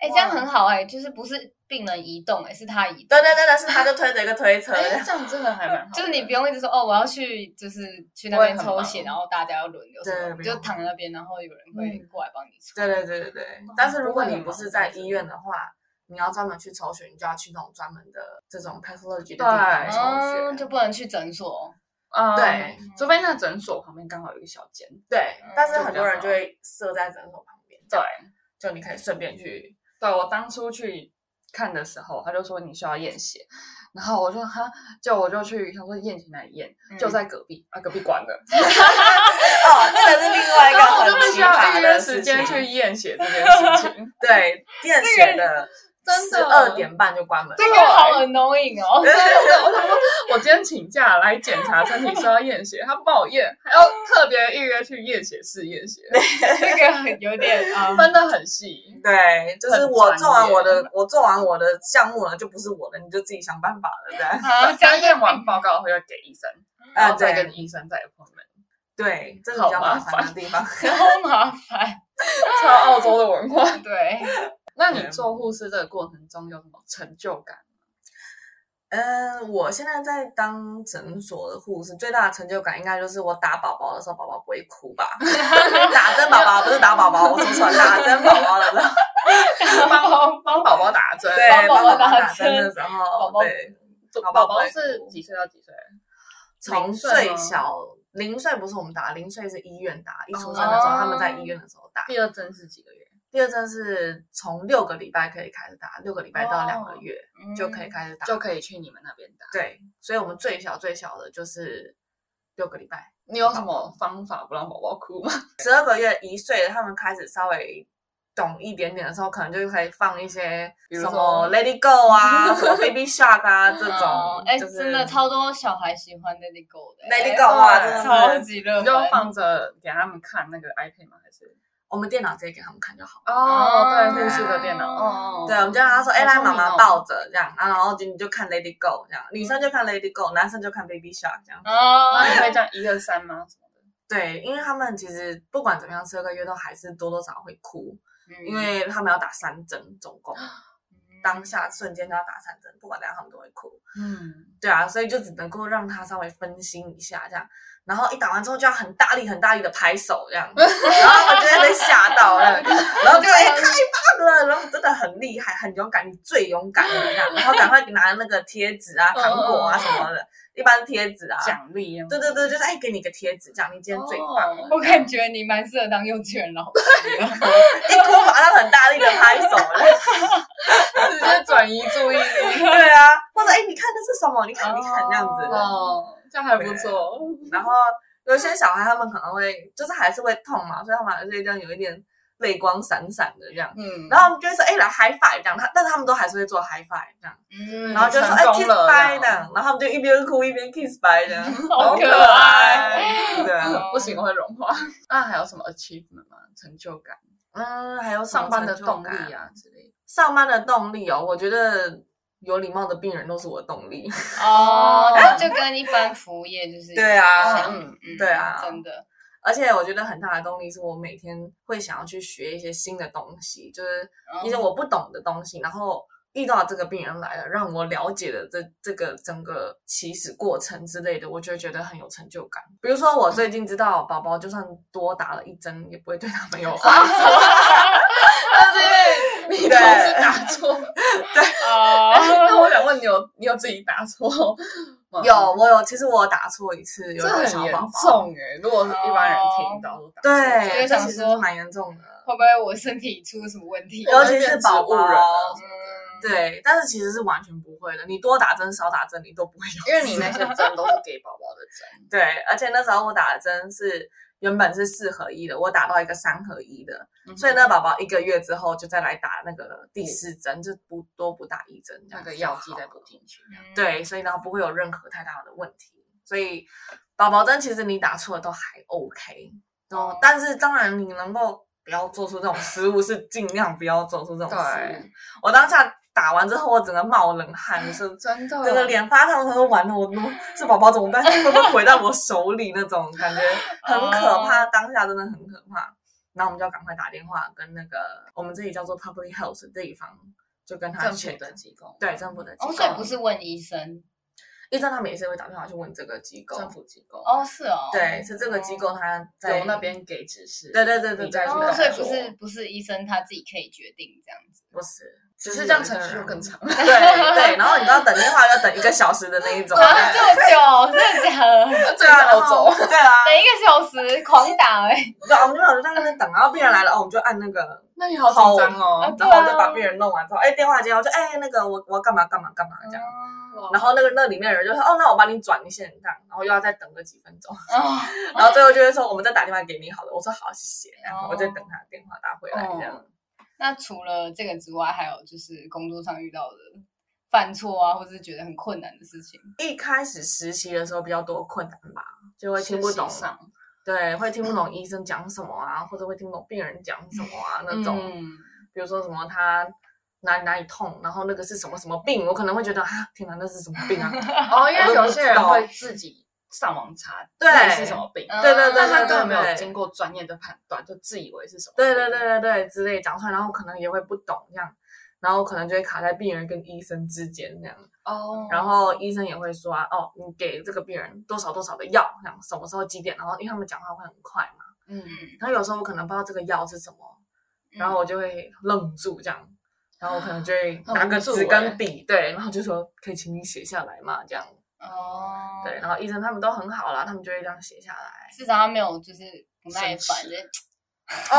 Speaker 2: 哎，这样很好哎，就是不是病人移动，哎，是他移动
Speaker 1: 对。对对对，是他就推着一个推车，
Speaker 3: 哎， 这样真的还蛮好的。
Speaker 2: 就是你不用一直说哦，我要去，就是去那
Speaker 3: 我也
Speaker 2: 边
Speaker 3: 很
Speaker 2: 抽
Speaker 3: 忙
Speaker 2: 血，然后大家要轮流什
Speaker 1: 对
Speaker 2: 么的，
Speaker 1: 不
Speaker 2: 就
Speaker 1: 用
Speaker 2: 躺在那边，然后有人会
Speaker 1: 嗯
Speaker 2: 过来帮你抽。
Speaker 1: 对对对对对。但是如果
Speaker 3: 哦不会
Speaker 1: 你
Speaker 3: 很
Speaker 1: 不
Speaker 3: 忙
Speaker 1: 是在医院的话，你要专门去抽血，你就要去那种专门的这种 pathology 的地方
Speaker 3: 对
Speaker 1: 抽
Speaker 2: 哦，
Speaker 1: 血。
Speaker 2: 就不能去诊所。哦
Speaker 3: 嗯
Speaker 1: 对，
Speaker 3: 除非那诊所旁边刚好有一个小间。
Speaker 1: 对
Speaker 2: 嗯，
Speaker 1: 但是
Speaker 3: 就比
Speaker 1: 很
Speaker 3: 较
Speaker 1: 多人
Speaker 3: 好
Speaker 1: 就会设在诊所旁边，
Speaker 3: 对，
Speaker 1: 就你可以顺便去。
Speaker 3: 对我当初去看的时候，他就说你需要验血，然后我说哈，就我就去，他说验去哪里验，
Speaker 1: 嗯
Speaker 3: 就在隔壁啊，隔壁关了，
Speaker 1: 哦，这个是另 外一个
Speaker 3: 然后啊我
Speaker 1: 很
Speaker 3: 就必
Speaker 1: 奇
Speaker 3: 须要
Speaker 1: 葩
Speaker 3: 预约
Speaker 1: 的
Speaker 3: 时
Speaker 1: 事
Speaker 3: 间
Speaker 1: 情。
Speaker 3: 去验血这件事情。
Speaker 1: 对，验血的
Speaker 3: 真
Speaker 1: 十
Speaker 3: 的
Speaker 1: 二点半就关门。
Speaker 2: 这个好 annoying 哦。
Speaker 3: 我想说，我今天请假来检查身体，说要验血，他不帮我验，还要特别预约去验血室验血，
Speaker 2: 这个很有点啊，
Speaker 3: 分的很细。
Speaker 1: 嗯对，就是
Speaker 3: 很
Speaker 1: 我
Speaker 3: 专
Speaker 1: 做完
Speaker 3: 业
Speaker 1: 我的，我做完我的项目了，就不是我的，你就自己想办法了，对。
Speaker 2: 啊，这
Speaker 3: 他
Speaker 2: 样
Speaker 3: 验完报告会要给医生，然
Speaker 1: 啊，
Speaker 3: 嗯后再
Speaker 1: 对
Speaker 3: 跟医生再 appointment，
Speaker 1: 对，这是
Speaker 3: 好
Speaker 1: 比较
Speaker 3: 麻
Speaker 1: 麻烦的地方。
Speaker 2: 好麻烦。
Speaker 3: 超澳洲的文化。
Speaker 2: 对，
Speaker 3: 那你做护士这个过程中有什么成就感？
Speaker 1: 嗯，我现在在当诊所的护士，最大的成就感应该就是我打宝宝的时候，宝宝不会哭吧？ 打针宝宝不是打宝宝，我说错了，打针宝宝的时 候，
Speaker 3: 帮帮宝宝打针，
Speaker 1: 对，
Speaker 2: 帮
Speaker 1: 帮
Speaker 2: 宝宝
Speaker 1: 宝
Speaker 2: 打
Speaker 1: 打针的时
Speaker 2: 宝
Speaker 1: 候，
Speaker 2: 宝
Speaker 1: 对，
Speaker 3: 宝
Speaker 1: 宝宝
Speaker 3: 宝是几岁到几岁？啊
Speaker 1: 从
Speaker 3: 零岁
Speaker 1: 最
Speaker 3: 吗
Speaker 1: 小零岁不是我们打，零岁是医院打，一出生的时候他们在医
Speaker 3: 哦
Speaker 1: 院的时候打。
Speaker 3: 第二针是几个月？
Speaker 1: 第二针是从六个礼拜可以开始打，六个礼拜到两个月 就
Speaker 2: 嗯
Speaker 1: 可以开始打。
Speaker 3: 哦嗯就可以去你们那边打。
Speaker 1: 对，所以我们最小最小的就是六个礼拜。
Speaker 3: 你有什么方法不让宝宝哭吗？
Speaker 1: 十二个月一岁的，他们开始稍微懂一点点的时候，可能就可以放一些
Speaker 3: 比如
Speaker 1: 什
Speaker 3: 说
Speaker 1: 么 Let It Go 啊，什么 Baby Shark 啊这
Speaker 2: 哦
Speaker 1: 种，
Speaker 2: 哎，
Speaker 1: 就是
Speaker 2: 真的超多小孩喜欢 Let It Go 的
Speaker 1: Let It Go 啊，真
Speaker 3: 对
Speaker 1: 的是
Speaker 2: 超级热
Speaker 3: 你就
Speaker 2: 门。
Speaker 3: 放着给他们看那个 iPad 吗？还是？
Speaker 1: 我们电脑直接给他们看就好。
Speaker 3: 哦，对，
Speaker 1: 对
Speaker 3: 护士的电脑，哦，哦
Speaker 1: 对，我们就让他说，哎、
Speaker 3: 好
Speaker 1: 来，
Speaker 3: 聪
Speaker 1: 妈
Speaker 3: 明哦
Speaker 1: 妈抱着这样，啊，然后就你就看 Lady Go 这样，女生就看 Lady Go，男生就看 Baby Shark 这样。
Speaker 2: 哦
Speaker 3: 那，你会这样一二三吗？什么的？
Speaker 1: 对，因为他们其实不管怎么样，十二个月都还是多多少少会哭，
Speaker 2: 嗯
Speaker 1: 因为他们要打三针，总共
Speaker 3: 嗯
Speaker 1: 当下瞬间就要打三针，不管怎样他们都会哭。
Speaker 3: 嗯，
Speaker 1: 对啊，所以就只能够让他稍微分心一下这样，然后一打完之后就要很大力很大力的拍手 这样，然后他们就会被吓到了，然后就哎、太棒了，然后真的很厉害很勇敢，你最勇敢了这样，然后赶快拿那个贴纸啊、糖果啊什么的，一般贴纸啊，
Speaker 3: 嗯奖励啊，
Speaker 1: 对对对，就是哎给你个贴纸这样，你今天最棒，
Speaker 3: 哦
Speaker 2: 我感觉你蛮适合当幼稚园老师的。
Speaker 1: 一哎哭马上很大力的拍手了，
Speaker 3: 直接转移注意力。
Speaker 1: 对啊，或者哎你看这是什么？你看你看这样子，
Speaker 3: 哦，这样还不错。
Speaker 1: 然后有些小孩他们可能会就是还是会痛嘛，所以他们还是会这样有一点泪光闪闪的这样。
Speaker 3: 嗯，
Speaker 1: 然后我们就会说，哎、来 high five 这样，他但是他们都还是会做 high five 这样，
Speaker 2: 嗯
Speaker 1: 然后就说，
Speaker 3: 成
Speaker 1: 哎、
Speaker 3: 功
Speaker 1: kiss
Speaker 3: 了
Speaker 1: bye
Speaker 3: 这
Speaker 1: 这
Speaker 3: 样
Speaker 1: 样，然后他们就一边哭一边 kiss bye 这样，
Speaker 2: 好可
Speaker 3: 爱
Speaker 1: 对啊，
Speaker 3: 不行，我会融化。那还有什么 achievement 吗？成就感、
Speaker 1: 嗯，还有什么
Speaker 3: 上班的
Speaker 1: 成就
Speaker 3: 动
Speaker 1: 感
Speaker 3: 力，啊之类的。
Speaker 1: 上班的动力哦，我觉得有礼貌的病人都是我的动力，
Speaker 2: 哦，
Speaker 3: 哦
Speaker 2: 那就跟一般服务业就是
Speaker 1: 对啊
Speaker 2: 像嗯嗯
Speaker 1: 对啊
Speaker 2: 真 的，
Speaker 1: 而且我觉得很大的动力是我
Speaker 3: 哦
Speaker 1: 每天会想要去学一些新的东西，就是一些我不懂的东西，然后遇到这个病人来了，让我了解了这这个整个起始过程之类的，我就会觉得很有成就感。比如说，我最近知道宝宝就算多打了一针，也不会对他们有
Speaker 3: 哦
Speaker 1: 坏处。
Speaker 3: 但是你总是打 错。
Speaker 4: 啊，
Speaker 3: 那我想问你有你有自己打错吗？
Speaker 1: 有，我有，其实我打错一次，有
Speaker 3: 这
Speaker 1: 一个
Speaker 3: 很
Speaker 1: 小
Speaker 3: 严
Speaker 1: 宝宝，
Speaker 3: 重哎、如果是一般人听到都打错，
Speaker 2: 就会
Speaker 1: 哦对，这
Speaker 2: 想
Speaker 1: 其实
Speaker 2: 说
Speaker 1: 蛮严重的。
Speaker 2: 会不会我身体出了什么问题？
Speaker 1: 尤其是宝
Speaker 3: 会变植物人啊
Speaker 1: 宝，
Speaker 2: 嗯，
Speaker 1: 对，但是其实是完全不会的，你多打针少打针，你都不会有。
Speaker 3: 因为你那些针都是给宝宝的针，
Speaker 1: 对，而且那时候我打的针是原本是四合一的，我打到一个三合一的，
Speaker 3: 嗯
Speaker 1: 所以那宝宝一个月之后就再来打那个第四针，就不多补打一针，这
Speaker 3: 那
Speaker 1: 样
Speaker 3: 个
Speaker 1: 就
Speaker 3: 药剂
Speaker 1: 好
Speaker 3: 再
Speaker 1: 了
Speaker 3: 补进去。
Speaker 2: 嗯
Speaker 1: 对，所以呢不会有任何太大的问题。所以宝宝针其实你打错了都还 OK，然后、
Speaker 2: 哦
Speaker 1: 但是当然你能够不要做出这种失误，是尽量不要做出这种失
Speaker 2: 嗯
Speaker 1: 误
Speaker 3: 对。
Speaker 1: 我当下打完之后，我整个冒冷 汗，就是
Speaker 3: 真的，
Speaker 1: 整个脸发烫，他说完了，我都这宝宝怎么办？会不会回到我手里那种感 觉很可怕，当下真的很可怕。然后我们就要赶快打电话跟那个我们这里叫做 public health 的地方，就跟他
Speaker 3: 政府
Speaker 1: check
Speaker 3: 的机构，
Speaker 1: 对政府的机
Speaker 2: 哦，
Speaker 1: 构，
Speaker 2: 所以不是问医生
Speaker 1: 医生他们也是会打电话去问这个机构，
Speaker 3: 政府机构，
Speaker 2: 哦，是哦，
Speaker 1: 对，是这个机构他在
Speaker 3: 由那边给指示，
Speaker 1: 对对对对
Speaker 3: 你再
Speaker 1: 对
Speaker 3: 去
Speaker 2: 哦，
Speaker 1: 对
Speaker 3: 动
Speaker 2: 所以
Speaker 3: 作
Speaker 2: 不是不是医生他自己可以决定这样子。
Speaker 1: 不是，
Speaker 3: 只
Speaker 1: 就是是
Speaker 3: 这样
Speaker 1: 有一
Speaker 3: 程
Speaker 1: 个嗯
Speaker 3: 序
Speaker 1: 人
Speaker 3: 就更长。
Speaker 1: 对对，然后你知道等电话要等一个小时的那一种，
Speaker 2: 啊，这么久，真的假 的？
Speaker 3: 最后走，
Speaker 1: 对啊，
Speaker 2: 等一个小时狂打哎、
Speaker 1: 对，啊我们就有人在那边等，然后病人来了，哦，我们就按那个。
Speaker 3: 那你好
Speaker 1: 紧
Speaker 3: 紧
Speaker 1: 张
Speaker 3: 张
Speaker 2: 啊
Speaker 3: 哦。
Speaker 1: 然后就把病人弄完之后，哎、电话接到就哎、那个我我要干嘛干嘛干嘛这样，
Speaker 2: 哦
Speaker 1: 然后那个那里面的人就说哦，那我帮你转一些这样，然后又要再等个几分钟，
Speaker 2: 哦
Speaker 1: 然后最后就会说我们再打电话给你好了，我说好谢谢，然
Speaker 2: 哦
Speaker 1: 后我就等他电话打回来这样。
Speaker 2: 那除了这个之外，还有就是工作上遇到的犯错啊，或者是觉得很困难的事情。
Speaker 1: 一开始实习的时候比较多困难吧，就会听不懂，
Speaker 3: 实习上
Speaker 1: 对，会听不懂医生讲什么啊，或者会听不懂病人讲什么啊那种，
Speaker 2: 嗯，
Speaker 1: 比如说什么他。哪里哪里痛，然后那个是什么什么病，我可能会觉得啊，天哪，那是什么 病啊？
Speaker 3: 哦，因为有些人
Speaker 1: 我都
Speaker 3: 会
Speaker 1: 不
Speaker 3: 自己上网查
Speaker 1: 对
Speaker 3: 那是什么病，
Speaker 2: 嗯
Speaker 1: 对对对
Speaker 3: 但他根
Speaker 1: 对对，
Speaker 3: 本没有
Speaker 1: 对
Speaker 3: 经过专业的判断，就自以为是什么病。
Speaker 1: 对对对对对之类讲出来，然后可能也会不懂这样，然后可能就会卡在病人跟医生之间这样，
Speaker 3: 哦，
Speaker 1: 然后医生也会说啊，哦，你给这个病人多少多少的药，这样什么时候几点，然后因为他们讲话会很快嘛，
Speaker 3: 嗯，
Speaker 1: 然后有时候我可能不知道这个药是什么，然
Speaker 3: 嗯
Speaker 1: 后我就会愣住这样，然后我可能 就会
Speaker 3: 很
Speaker 1: 拿
Speaker 3: 无
Speaker 1: 个
Speaker 3: 助
Speaker 1: 纸
Speaker 3: 欸
Speaker 1: 跟笔，对，然后就说可以请你写下来嘛，这样，
Speaker 2: 哦，
Speaker 1: 对，，然后医生他们都很好啦，他们就会这样写下来。
Speaker 2: 至少他没有就是不耐烦
Speaker 3: 生
Speaker 2: 的。
Speaker 1: 哦，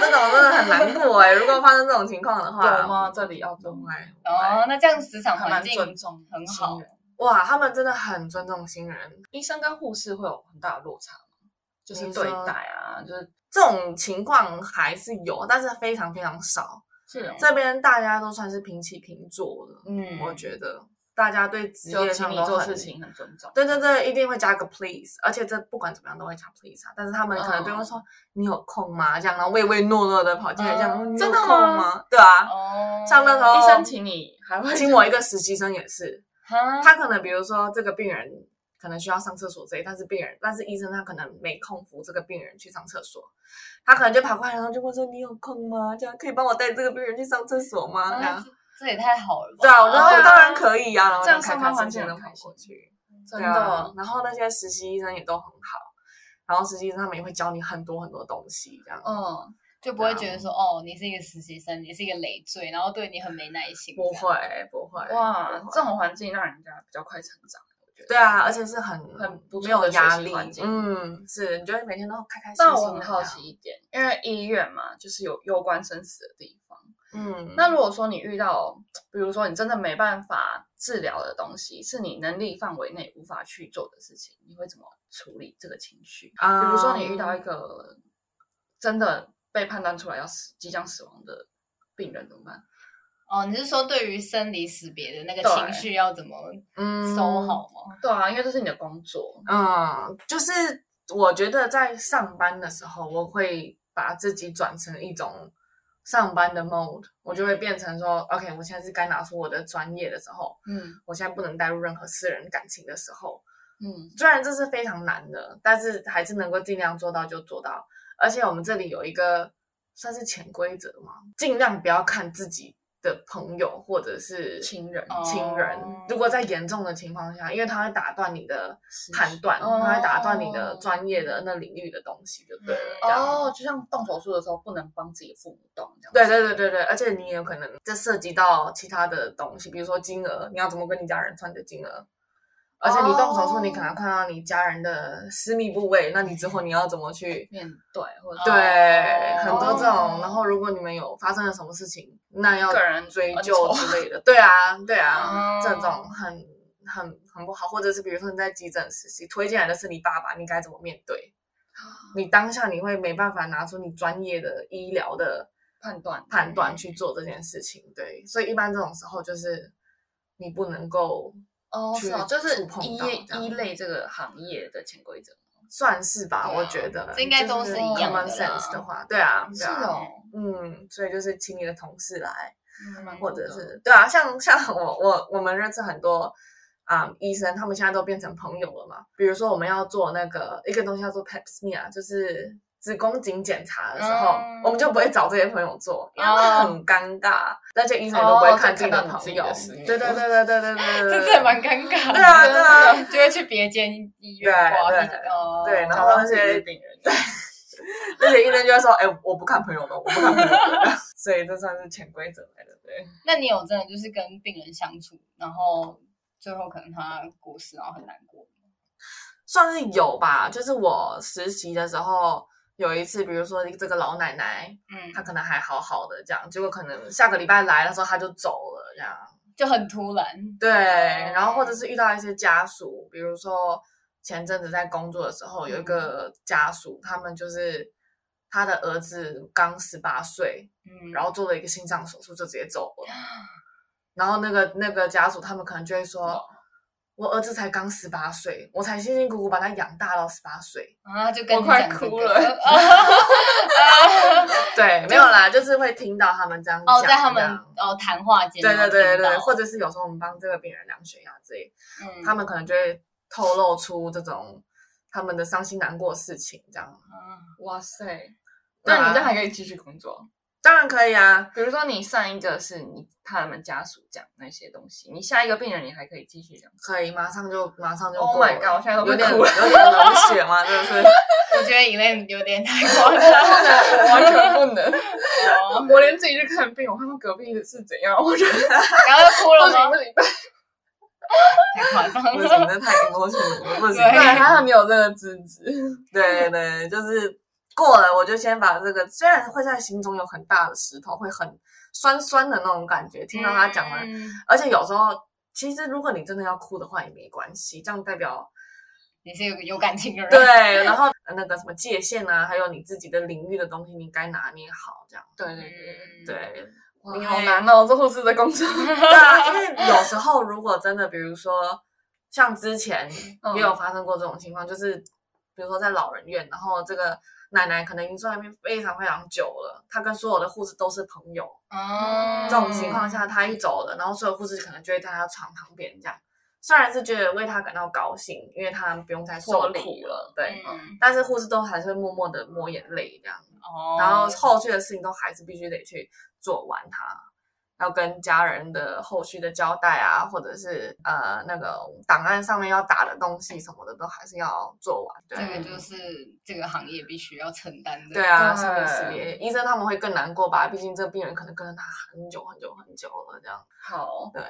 Speaker 1: 这种真的很难过哎、如果发生这种情况的话，哎
Speaker 3: 有吗？这里要做
Speaker 1: 不会
Speaker 2: 哦，那这样职场
Speaker 3: 还蛮
Speaker 2: 环境
Speaker 3: 尊重
Speaker 2: 很
Speaker 3: 新
Speaker 2: 好
Speaker 3: 人。
Speaker 1: 哇，他们真的很尊重新人。
Speaker 3: 医生跟护士会有很大的落差吗？就是
Speaker 1: 你
Speaker 3: 对
Speaker 1: 说
Speaker 3: 待啊，就是
Speaker 1: 这种情况还是有，但是非常非常少。
Speaker 3: 是
Speaker 1: 这边大家都算是平起平坐的，
Speaker 3: 嗯
Speaker 1: 我觉得大家对职
Speaker 3: 就
Speaker 1: 业
Speaker 3: 请
Speaker 1: 上
Speaker 3: 你
Speaker 1: 都
Speaker 3: 做
Speaker 1: 很
Speaker 3: 事情很啊尊重。
Speaker 1: 对对对，一定会加个 please，而且这不管怎么样都会加 please 啊。但是他
Speaker 3: 嗯
Speaker 1: 们可能对我说：“你有空吗？”这样，然后唯唯诺诺的跑进来，这样、
Speaker 3: 嗯
Speaker 1: 你有
Speaker 3: 真的
Speaker 1: 空
Speaker 3: 吗
Speaker 1: 吗？对啊，
Speaker 2: 哦，
Speaker 1: 像那时候
Speaker 3: 医生请你还会
Speaker 1: 请我一个实习生也是，
Speaker 2: 哈
Speaker 1: 他可能比如说这个病人可能需要上厕所之类，但是病人但是医生他可能没空扶这个病人去上厕所，他可能就跑过来然后就问说你有空吗？这样可以帮我带这个病人去上厕所吗？这
Speaker 2: 啊
Speaker 1: 样
Speaker 2: 这这也太好了吧？
Speaker 1: 对啊，我就说
Speaker 3: 对啊
Speaker 1: 当然可以啊，然
Speaker 3: 嗯
Speaker 1: 后
Speaker 3: 这样
Speaker 1: 就开
Speaker 3: 上
Speaker 1: 开
Speaker 3: 班环
Speaker 1: 心
Speaker 3: 境
Speaker 1: 心的
Speaker 3: 很
Speaker 1: 跑
Speaker 3: 开心
Speaker 1: 过去，
Speaker 3: 真
Speaker 1: 对啊
Speaker 3: 的，
Speaker 1: 然后那些实习医生也都很好，然后实习医生他们也会教你很多很多东西，这样。
Speaker 3: 嗯，
Speaker 2: 就不
Speaker 1: 啊
Speaker 2: 会觉得说哦，你是一个实习生，你是一个累赘，然后对你很没耐心。
Speaker 1: 不会，不会，
Speaker 3: 哇
Speaker 1: 不，会
Speaker 3: 这种环境让人家比较快成长，我觉得。
Speaker 1: 啊对啊，而且是很
Speaker 3: 很不
Speaker 1: 没
Speaker 3: 错
Speaker 1: 有
Speaker 3: 的
Speaker 1: 压
Speaker 3: 学习
Speaker 1: 力
Speaker 3: 环，境
Speaker 1: 嗯，是，你就会每天都开开心心。
Speaker 3: 但我很好奇，一点，因为医院嘛，就是有攸关生死的地方。
Speaker 1: 嗯，
Speaker 3: 那如果说你遇到，比如说你真的没办法治疗的东西，是你能力范围内无法去做的事情，你会怎么处理这个情绪？比如说你遇到一
Speaker 1: 啊
Speaker 3: 个真的被判断出来要死、即将死亡的病人怎么办？
Speaker 2: 哦，你是说对于生离死别的那个
Speaker 3: 对
Speaker 2: 情绪要怎么
Speaker 1: 嗯
Speaker 2: 收好吗？
Speaker 3: 对啊，因为这是你的工作，
Speaker 1: 嗯，就是我觉得在上班的时候，我会把自己转成一种上班的 mode，我就会变成说，OK，我现在是该拿出我的专业的时候，
Speaker 3: 嗯
Speaker 1: 我现在不能带入任何私人感情的时候。
Speaker 3: 嗯
Speaker 1: 虽然这是非常难的，但是还是能够尽量做到就做到。而且我们这里有一个算是潜规则嘛，尽量不要看自己的朋友或者是
Speaker 3: 亲人
Speaker 2: 哦
Speaker 1: 亲人
Speaker 2: 哦，
Speaker 1: 如果在严重的情况下，因为他会打断你的
Speaker 3: 是
Speaker 1: 判断，
Speaker 2: 哦
Speaker 1: 他会打断你的专业的那领域的东西，就对了
Speaker 2: 嗯。
Speaker 1: 这样
Speaker 3: 哦，就像动手术的时候不能帮自己的父母动这样子。
Speaker 1: 对对对对对，而且你也有可能这涉及到其他的东西，比如说金额，你要怎么跟你家人算你的金额，而且你动手术，你可
Speaker 2: 哦
Speaker 1: 能看到你家人的私密部位，那你之后你要怎么去？
Speaker 3: 面对或者
Speaker 2: 哦
Speaker 1: 对，很多这
Speaker 2: 哦
Speaker 1: 种。然后，如果你们有发生了什么事情，那要
Speaker 3: 个人
Speaker 1: 追
Speaker 3: 恩
Speaker 1: 究
Speaker 3: 仇
Speaker 1: 之类 的。对啊，对啊，
Speaker 2: 哦
Speaker 1: 这种很很很不好，或者是比如说你在急诊实习，推进来的是你爸爸，你该怎么面对？
Speaker 2: 啊
Speaker 1: 你当下你会没办法拿出你专业的医疗的
Speaker 3: 判断
Speaker 1: 判断
Speaker 2: 嗯
Speaker 1: 去做这件事情，对，所以一般这种时候就是你不能够
Speaker 3: 哦，
Speaker 1: 去
Speaker 3: 是哦，就是
Speaker 1: 触碰
Speaker 3: 医
Speaker 1: 到这样
Speaker 3: 医类这个行业的潜规则。
Speaker 1: 算是吧，
Speaker 2: 对啊
Speaker 1: 我觉得
Speaker 2: 这应该都
Speaker 1: 就是
Speaker 2: 一样的
Speaker 1: common
Speaker 2: 啦
Speaker 1: sense 的话，对啊，对啊
Speaker 3: 是哦，
Speaker 1: 嗯，所以就是请你的同事来，
Speaker 3: 嗯
Speaker 1: 或者是对啊，像像我我我们认识很多啊、医生，他们现在都变成朋友了嘛。比如说我们要做那个一个东西叫做 Pap smear，就是子宫颈检查的时候，
Speaker 2: 嗯
Speaker 1: 我们就不会找这些朋友做，因为他们很尴尬，那些医生也都不会
Speaker 3: 哦
Speaker 1: 看
Speaker 3: 就
Speaker 1: 自己
Speaker 3: 看到
Speaker 1: 的
Speaker 3: 你自
Speaker 1: 朋
Speaker 3: 己
Speaker 1: 友
Speaker 3: 的私，密
Speaker 1: 对对对对对对对，
Speaker 2: 这
Speaker 1: 对
Speaker 2: 真的蛮尴尬的。
Speaker 1: 对啊对啊
Speaker 2: 真的， 就会去别间医院
Speaker 1: 对啊
Speaker 2: 挂
Speaker 1: 对
Speaker 2: 一直哦
Speaker 1: 对啊然后
Speaker 3: 找到
Speaker 1: 那
Speaker 3: 自己
Speaker 1: 些
Speaker 3: 的病人，对，
Speaker 1: 而且医生就会说：“哎、我不看朋友的，我不看朋友的。” 所以这算是潜规则来的，对。
Speaker 2: 那你有真的就是跟病人相处，然后最后可能他过世，然后很难过。
Speaker 1: 算是有吧，就是我实习的时候有一次，比如说这个老奶奶，
Speaker 2: 嗯，
Speaker 1: 她可能还好好的这样，结果可能下个礼拜来的时候她就走了这样。
Speaker 2: 就很突然。
Speaker 1: 对，然后或者是遇到一些家属，比如说前阵子在工作的时候，有一
Speaker 2: 嗯
Speaker 1: 个家属，他们就是他的儿子刚十八岁，
Speaker 2: 嗯，
Speaker 1: 然后做了一个心脏手术就直接走了。然后那个那个家属他们可能就会
Speaker 2: 哦
Speaker 1: 说，我儿子才刚十八岁，我才辛辛苦苦把他养大到十 八岁。
Speaker 2: 啊，就跟
Speaker 3: 我
Speaker 2: 你
Speaker 3: 快
Speaker 2: 讲这
Speaker 3: 哭
Speaker 2: 个
Speaker 3: 了
Speaker 1: 对，没有啦，就是会听到他们这样讲。
Speaker 2: 哦，在他
Speaker 1: 这
Speaker 2: 们
Speaker 1: 样
Speaker 2: 哦谈话间，
Speaker 1: 对对对对
Speaker 2: 然
Speaker 1: 对，
Speaker 2: 后
Speaker 1: 或者是有时候我们帮这个病人量血压之类，
Speaker 2: 听到嗯，
Speaker 1: 他们可能就会透露出这种他们的伤心难过的事情，这样。
Speaker 2: 啊
Speaker 3: 哇塞！
Speaker 1: 对啊
Speaker 3: 那你这还可以继续工作？
Speaker 1: 当然可以啊，
Speaker 3: 比如说你上一个是你他们家属讲那些东西，你下一个病人你还可以继 续讲。
Speaker 1: 可以，马上就马上就过
Speaker 3: Oh
Speaker 1: 了。
Speaker 3: my god！我现在都
Speaker 1: 有
Speaker 3: 快
Speaker 1: 点
Speaker 3: 哭
Speaker 1: 有
Speaker 3: 了，
Speaker 1: 点冷血嘛，真 的是。
Speaker 2: 我觉得 e l 有点太夸张了。
Speaker 3: 完全不能。
Speaker 2: 哦
Speaker 3: 我连自己去看病，我看到隔壁是怎样，我觉得
Speaker 2: 然后就哭
Speaker 3: 不
Speaker 2: 了
Speaker 3: 行
Speaker 2: 吗
Speaker 3: 不？行。不行
Speaker 2: 太夸张
Speaker 1: 不行，
Speaker 2: 了。
Speaker 1: 那太 emotional 了，不行。
Speaker 2: 对
Speaker 3: 对，还好你有这个资 质。
Speaker 1: 对对，就是过了，我就先把这个，虽然会在心中有很大的石头，会很酸酸的那种感觉，听到他讲完，
Speaker 2: 嗯，
Speaker 1: 而且有时候其实如果你真的要哭的话也没关系，这样代表
Speaker 2: 你是有有感情的人。
Speaker 1: 对，然后那个什么界限啊，还有你自己的领域的东西，你该拿捏好，这样
Speaker 3: 对对对。
Speaker 2: 嗯，
Speaker 1: 对。
Speaker 3: 哇
Speaker 1: 因为
Speaker 3: 好难哦，这护士的工作。
Speaker 1: 对啊，因为有时候如果真的，比如说像之前
Speaker 3: 嗯
Speaker 1: 也有发生过这种情况，就是比如说在老人院，然后这个奶奶可能已经坐在那边非常非常久了，她跟所有的护士都是朋友，
Speaker 2: 哦，嗯
Speaker 1: 这种情
Speaker 3: 嗯
Speaker 1: 况下她一走了，然后所有护士可能就会在她床旁边这样，虽然是觉得为她感到高兴，因为她不用再受
Speaker 3: 脱
Speaker 1: 苦
Speaker 3: 离
Speaker 1: 了，对。
Speaker 2: 嗯，
Speaker 1: 但是护士都还是会默默的抹眼泪这样，
Speaker 2: 哦，
Speaker 1: 然后后续的事情都还是必须得去做完它，要跟家人的后续的交代啊，或者是呃那个档案上面要打的东西什么的，都还是要做完。对，
Speaker 2: 这个就是这个行业必须要承担的。
Speaker 1: 对啊，
Speaker 3: 对
Speaker 1: 是别是别，医生他们会更难过吧？毕竟这病人可能跟了他很久很久很久了，这样。
Speaker 3: 好，
Speaker 1: 对，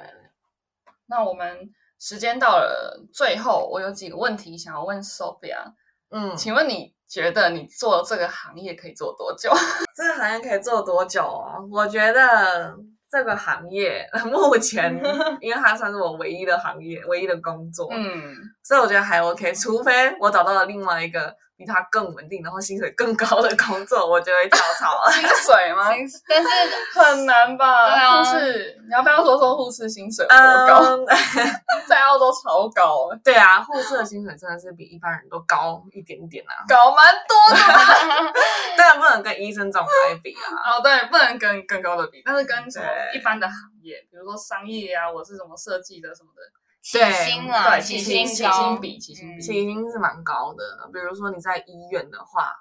Speaker 3: 那我们时间到了，最后我有几个问题想要问 Sophia，
Speaker 1: 嗯，
Speaker 3: 请问你觉得你做这个行业可以做多久？
Speaker 1: 这个行业可以做多久啊？我觉得这个行业 目前， 因为它算是我唯一的行业，唯一的工作，
Speaker 3: 嗯，。
Speaker 1: 所以我觉得还 OK，除 非我找到了另外一个比他更稳定，然后薪水更高的工作，我就会跳槽
Speaker 3: 薪水吗？
Speaker 2: 薪水但是
Speaker 3: 很难吧？
Speaker 2: 对啊
Speaker 3: 护士，你要不要说说护士薪水有 多高？
Speaker 1: 嗯，
Speaker 3: 在澳洲超高、 欸，
Speaker 1: 对啊，护士的薪水真的是比一般人都高一点点啊，
Speaker 3: 高蛮多的。
Speaker 1: 当然不能跟医生这种来比 啊。
Speaker 3: 哦，对，不能跟更高的比，但是跟什么
Speaker 1: 对
Speaker 3: 一般的行业，比如说商业啊，我是什么设计的什么的，
Speaker 2: 起薪啊，
Speaker 3: 对，
Speaker 2: 起
Speaker 3: 起
Speaker 2: 薪
Speaker 3: 薪起
Speaker 2: 高嗯
Speaker 3: 薪比起薪比，
Speaker 1: 起薪是蛮高的，比如说你在医院的话，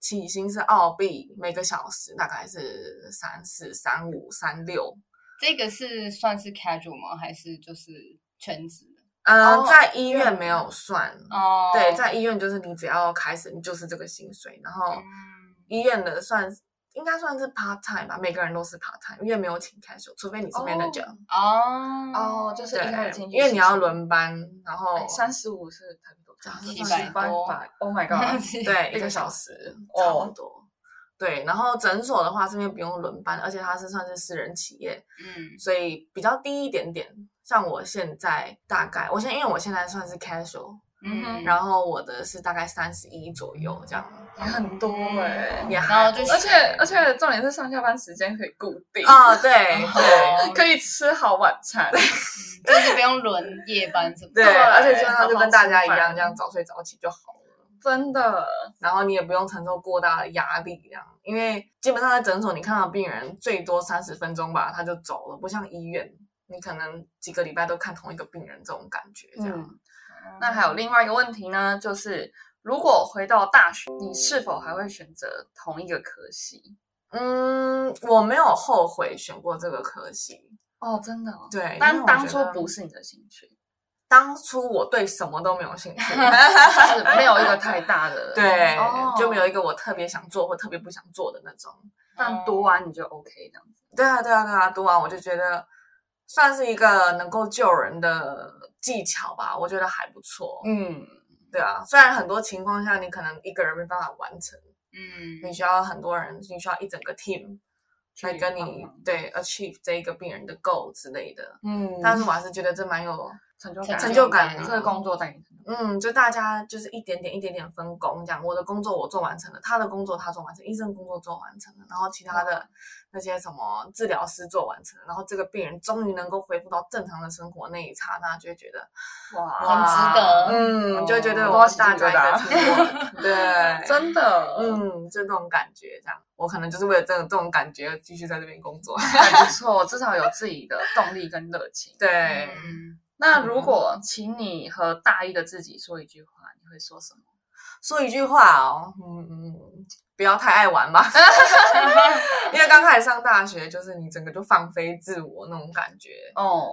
Speaker 1: 起薪是澳币，每个小时大概是三四、三五、三六嗯
Speaker 2: 这个是算是 casual 吗？还是就是全职的？
Speaker 1: 呃
Speaker 3: 哦，
Speaker 1: 在医院没有算，
Speaker 2: 哦，
Speaker 1: 对，在医院就是你只要开始，你就是这个薪水。然后
Speaker 2: 嗯
Speaker 1: 医院的算是应该算是 part time 吧，每个人都是 part time，因为没有请 casual，除非你是
Speaker 3: 哦
Speaker 1: manager，、
Speaker 2: 哦
Speaker 3: 哦，就是哎一开始进
Speaker 1: 对，
Speaker 3: 去，
Speaker 1: 因为你要轮班，然后
Speaker 3: 三十五是差不多
Speaker 1: 这样
Speaker 2: 七
Speaker 1: 算
Speaker 2: 百多
Speaker 3: ，Oh my god！
Speaker 1: 对
Speaker 3: 一
Speaker 1: 一
Speaker 3: 个
Speaker 1: 个
Speaker 3: 小
Speaker 1: 小时，
Speaker 3: 哦
Speaker 1: 差不多。对，然后诊所的话是因为不用轮班，而且它是算是私人企业，
Speaker 2: 嗯
Speaker 1: 所以比较低一点点。像我现在大概，我现在因为我现在算是 casual，
Speaker 2: 嗯，
Speaker 1: 然后我的是大概三十一左右这样，
Speaker 3: 也很多哎、
Speaker 1: 也
Speaker 2: 嗯然后
Speaker 1: 还
Speaker 2: 就
Speaker 3: 而且而且重点是上下班时间可以固定，
Speaker 1: 啊、对
Speaker 2: 哦
Speaker 3: 可以吃好晚餐，
Speaker 2: 就是不用轮夜班什么的，
Speaker 1: 对对，而且基本上就跟大家一
Speaker 3: 好好吃
Speaker 1: 样，
Speaker 3: 饭
Speaker 1: 这样早睡早起就好了。
Speaker 3: 真的。
Speaker 1: 然后你也不用承受过大的压力，这样，因为基本上在诊所你看到病人最多三十分钟吧，他就走了，不像医院，你可能几个礼拜都看同一个病人这种感觉，这样。
Speaker 3: 嗯，那还有另外一个问题呢，就是如果回到大学，你是否还会选择同一个科系？
Speaker 1: 嗯，我没有后悔选过这个科系，
Speaker 3: 哦，真的、哦，
Speaker 1: 对，因为
Speaker 3: 但
Speaker 1: 我
Speaker 3: 当
Speaker 1: 觉
Speaker 3: 初
Speaker 1: 得
Speaker 3: 不是你的兴趣，
Speaker 1: 当初我对什么都没有兴 趣，
Speaker 3: 就是没有一个太大的
Speaker 1: 对，
Speaker 3: 哦
Speaker 1: 就没有一个我特别想做或特别不想做的那种。
Speaker 3: 但读完你就 OK 这样子。
Speaker 1: 对啊，对啊，对啊，读完我就觉得算是一个能够救人的技巧吧，我觉得还不错。
Speaker 3: 嗯，
Speaker 1: 对啊，虽然很多情况下你可能一个人没办法完成，
Speaker 2: 嗯
Speaker 1: 你需要很多人，你需要一整个 team 来跟你
Speaker 3: 帮忙
Speaker 1: 对 achieve 这一个病人的 goal 之类的。
Speaker 3: 嗯
Speaker 1: 但是我还是觉得这蛮有，
Speaker 3: 成就感，
Speaker 1: 成就感啊
Speaker 3: 这个工作带给你成就感。
Speaker 1: 嗯，就大家就是一点点一点点分工这样。我的工作我做完成了，他的工作他做完成，医生工作做完成了，然后其他的那些什么治疗师做完成了，然后这个病人终于能够恢复到正常的生活那一刹那，就会觉得
Speaker 3: 哇，
Speaker 1: 哇
Speaker 2: 很值得
Speaker 1: 嗯，就会觉得
Speaker 3: 哦
Speaker 1: 我们大
Speaker 3: 多
Speaker 1: 家
Speaker 3: 要
Speaker 1: 一
Speaker 3: 庆
Speaker 1: 个 teamwork，对，
Speaker 3: 真的，嗯，
Speaker 1: 嗯，就这种感觉，这样，我可能就是为了这种这种感觉而继续在这边工作。
Speaker 3: 很不错，至少有自己的动力跟热情。
Speaker 1: 对，
Speaker 2: 嗯
Speaker 3: 那如果请你和大一的自己说一句话，你会说什么？
Speaker 1: 说一句话哦，嗯嗯，不要太爱玩吧， 因为刚开始上大学，就是你整个就放飞自我那种感觉。
Speaker 3: 哦，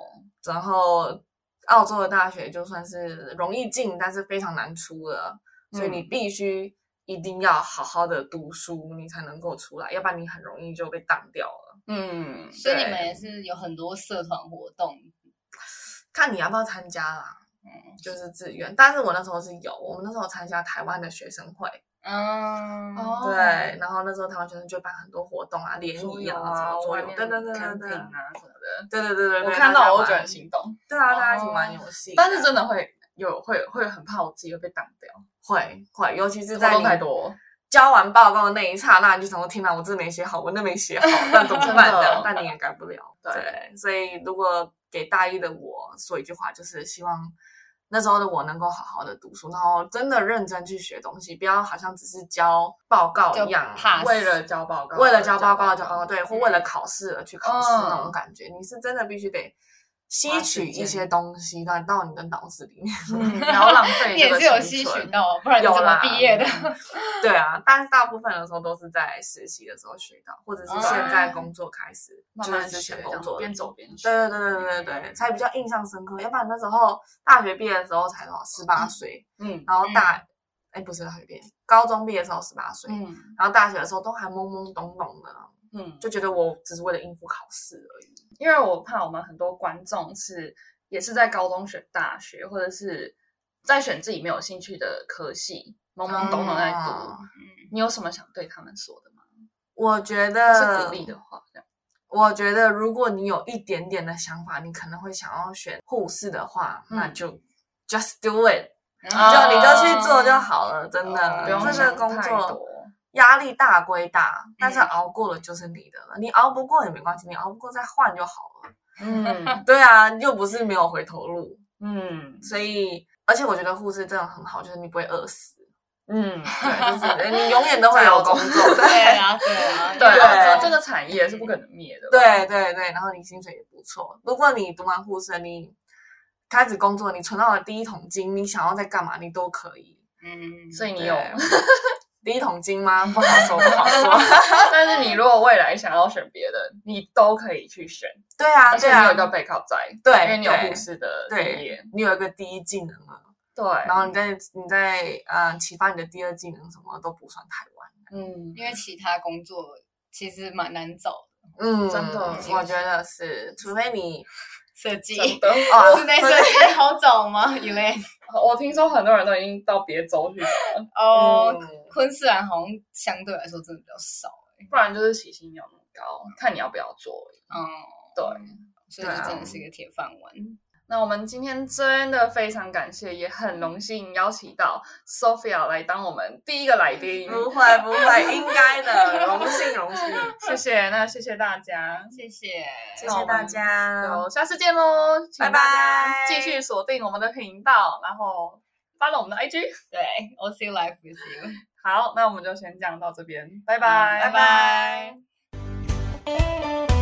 Speaker 1: 然后，澳洲的大学就算是容易进，但是非常难出了，所以
Speaker 2: 嗯
Speaker 1: 你必须一定要好好的读书，你才能够出来，要不然你很容易就被挡掉了。
Speaker 3: 嗯，
Speaker 2: 所以你们
Speaker 1: 对
Speaker 2: 也是有很多社团活动，
Speaker 1: 看你要不要参加啦。
Speaker 2: 嗯
Speaker 1: 就是志愿，但是我那时候是有，我们那时候参加台湾的学生会，
Speaker 2: 嗯
Speaker 3: 哦
Speaker 1: 对，然后那时候台湾学生就办很多活动啊，联
Speaker 3: 桌
Speaker 1: 谊
Speaker 3: 游
Speaker 1: 啊，什么桌
Speaker 3: 外
Speaker 1: 游，
Speaker 3: 面
Speaker 1: 对对对对
Speaker 3: camping
Speaker 1: 对，
Speaker 3: 啊什么的。
Speaker 1: 对对对对，
Speaker 3: 我
Speaker 1: 对
Speaker 3: 看到我会
Speaker 1: 大家
Speaker 3: 觉得
Speaker 1: 玩
Speaker 3: 很心动，
Speaker 1: 对啊，大家一起玩游戏，
Speaker 3: 但是真的会有会会很怕我自己会被挡掉，
Speaker 1: 会会，尤其是
Speaker 3: 活
Speaker 1: 在
Speaker 3: 动
Speaker 1: 你
Speaker 3: 太多，
Speaker 1: 交完报告的那一刹那，你就想说天哪，我这没写好，我那没写好，那怎么办
Speaker 3: 真
Speaker 1: 呢
Speaker 3: 的？
Speaker 1: 但你也改不了，
Speaker 3: 对
Speaker 1: 对，所以如果给大一的我说一句话，就是希望。那时候的我能够好好的读书，然后真的认真去学东西，不要好像只是交报告
Speaker 2: 就
Speaker 1: 一样，
Speaker 2: 怕
Speaker 3: 为了交嗯报告，
Speaker 1: 为了交报告交报告，
Speaker 3: 告，
Speaker 1: 对，或为了考试而去考试
Speaker 3: 嗯
Speaker 1: 那种感觉，你是真的必须得吸
Speaker 3: 花
Speaker 1: 取
Speaker 3: 时间
Speaker 1: 一些东西到到你的脑子里面。
Speaker 3: 嗯，然后浪 费
Speaker 2: 你也
Speaker 3: 这个
Speaker 2: 是有
Speaker 3: 青
Speaker 2: 吸取
Speaker 3: 春，
Speaker 2: 到，不然你
Speaker 1: 有
Speaker 2: 怎么
Speaker 1: 啦
Speaker 2: 毕业的？
Speaker 1: 对啊，但是大部分的时候都是在实习的时候学到，或者是
Speaker 2: 哦
Speaker 1: 现在工作开始，
Speaker 3: 慢
Speaker 1: 就是
Speaker 3: 慢
Speaker 1: 之
Speaker 3: 学
Speaker 1: 前
Speaker 3: 这
Speaker 1: 工
Speaker 3: 样
Speaker 1: 作的
Speaker 3: 边。走边学，
Speaker 1: 对对对对对对，才比较印象深刻。要不然那时候大学毕业的时候才多少十八岁，
Speaker 3: 嗯
Speaker 1: 然后大哎、不是大学毕业，高中毕业的时候十八岁，
Speaker 3: 嗯
Speaker 1: 然后大学的时候都还懵懵懂懂的，
Speaker 3: 嗯，
Speaker 1: 就觉得我只是为了应付考试而已。
Speaker 3: 因为我怕我们很多观众是也是在高中选大学，或者是在选自己没有兴趣的科系，懵懵懂懂在读。
Speaker 1: 啊
Speaker 2: 嗯
Speaker 3: 你有什么想对他们说的吗？
Speaker 1: 我觉
Speaker 3: 要是
Speaker 1: 得
Speaker 3: 鼓励的话，这样
Speaker 1: 我觉得如果你有一点点的想法，你可能会想要选护士的话，
Speaker 3: 嗯
Speaker 1: 那就 just do it，、
Speaker 3: 啊
Speaker 1: 就
Speaker 2: 嗯
Speaker 1: 你就去做就好了。真
Speaker 2: 哦
Speaker 1: 的，
Speaker 3: 不用
Speaker 1: 这个
Speaker 3: 想
Speaker 1: 工
Speaker 3: 太
Speaker 1: 作
Speaker 3: 多。嗯
Speaker 1: 压力大归大，但是熬过了就是你的了。你熬不过也没关系，你熬不过再换就好了。
Speaker 3: 嗯
Speaker 1: 对啊，又不是没有回头路，
Speaker 3: 嗯
Speaker 1: 所以而且我觉得护士真的很好，就是你不会饿死，
Speaker 3: 嗯，
Speaker 1: 对，就是你永远都会有工作。
Speaker 2: 对啊，对 啊，
Speaker 3: 对，
Speaker 2: 因为
Speaker 3: 这
Speaker 2: 我
Speaker 3: 这个产业是不可能灭的。
Speaker 1: 对对对，然后你薪水也不错。如果你读完护士，你开始工作，你存到了第一桶金，你想要在干嘛，你都可以。
Speaker 2: 嗯，
Speaker 3: 所以你
Speaker 1: 对
Speaker 3: 有，
Speaker 1: 第一桶金吗？不好说，不好说。
Speaker 3: 但是你如果未来想要选别的，你都可以去选，
Speaker 1: 对啊，
Speaker 3: 而且
Speaker 1: 对
Speaker 3: 你有
Speaker 1: 啊
Speaker 3: 一，个备考在，
Speaker 1: 对
Speaker 3: 因为你有
Speaker 1: 对
Speaker 3: 护士的经
Speaker 1: 对
Speaker 3: 验，
Speaker 1: 你有一个第一技能啊，
Speaker 3: 对，
Speaker 1: 然后你再你再呃启发你的第二技能，什么都不算太晚。
Speaker 3: 嗯，
Speaker 2: 因为其他工作其实蛮难找的，
Speaker 1: 嗯，
Speaker 3: 真的
Speaker 1: 我觉得是，除非 你
Speaker 2: 设计
Speaker 3: 真的，
Speaker 1: 啊，
Speaker 2: 室内设计好找吗 e l a
Speaker 3: 我听说很多人都已经到别州去找了，
Speaker 2: 哦，
Speaker 1: 嗯
Speaker 2: 昆士兰好像相对来说真的比较少欸，
Speaker 3: 不然就是起薪没有那么高，看你要不要做而已。
Speaker 2: 嗯，
Speaker 3: 对，
Speaker 2: 所以
Speaker 1: 对
Speaker 2: 就
Speaker 1: 啊
Speaker 2: 真的是一个铁饭碗。
Speaker 3: 那我们今天真的非常感谢，也很荣幸邀请到 Sophia 来当我们第一个来宾，
Speaker 1: 不会不会，应该的，荣幸 荣幸，
Speaker 3: 谢谢，那谢谢大家，
Speaker 2: 谢谢，
Speaker 1: 谢谢大家，
Speaker 3: 就下次见喽，请
Speaker 1: 嗯拜拜
Speaker 3: 大家继续锁定我们的频道，然后发了我们的 IG。
Speaker 2: 对，OC Life with you，
Speaker 3: 好，那我们就先讲到这边，拜
Speaker 2: 拜
Speaker 3: 拜，
Speaker 2: 拜。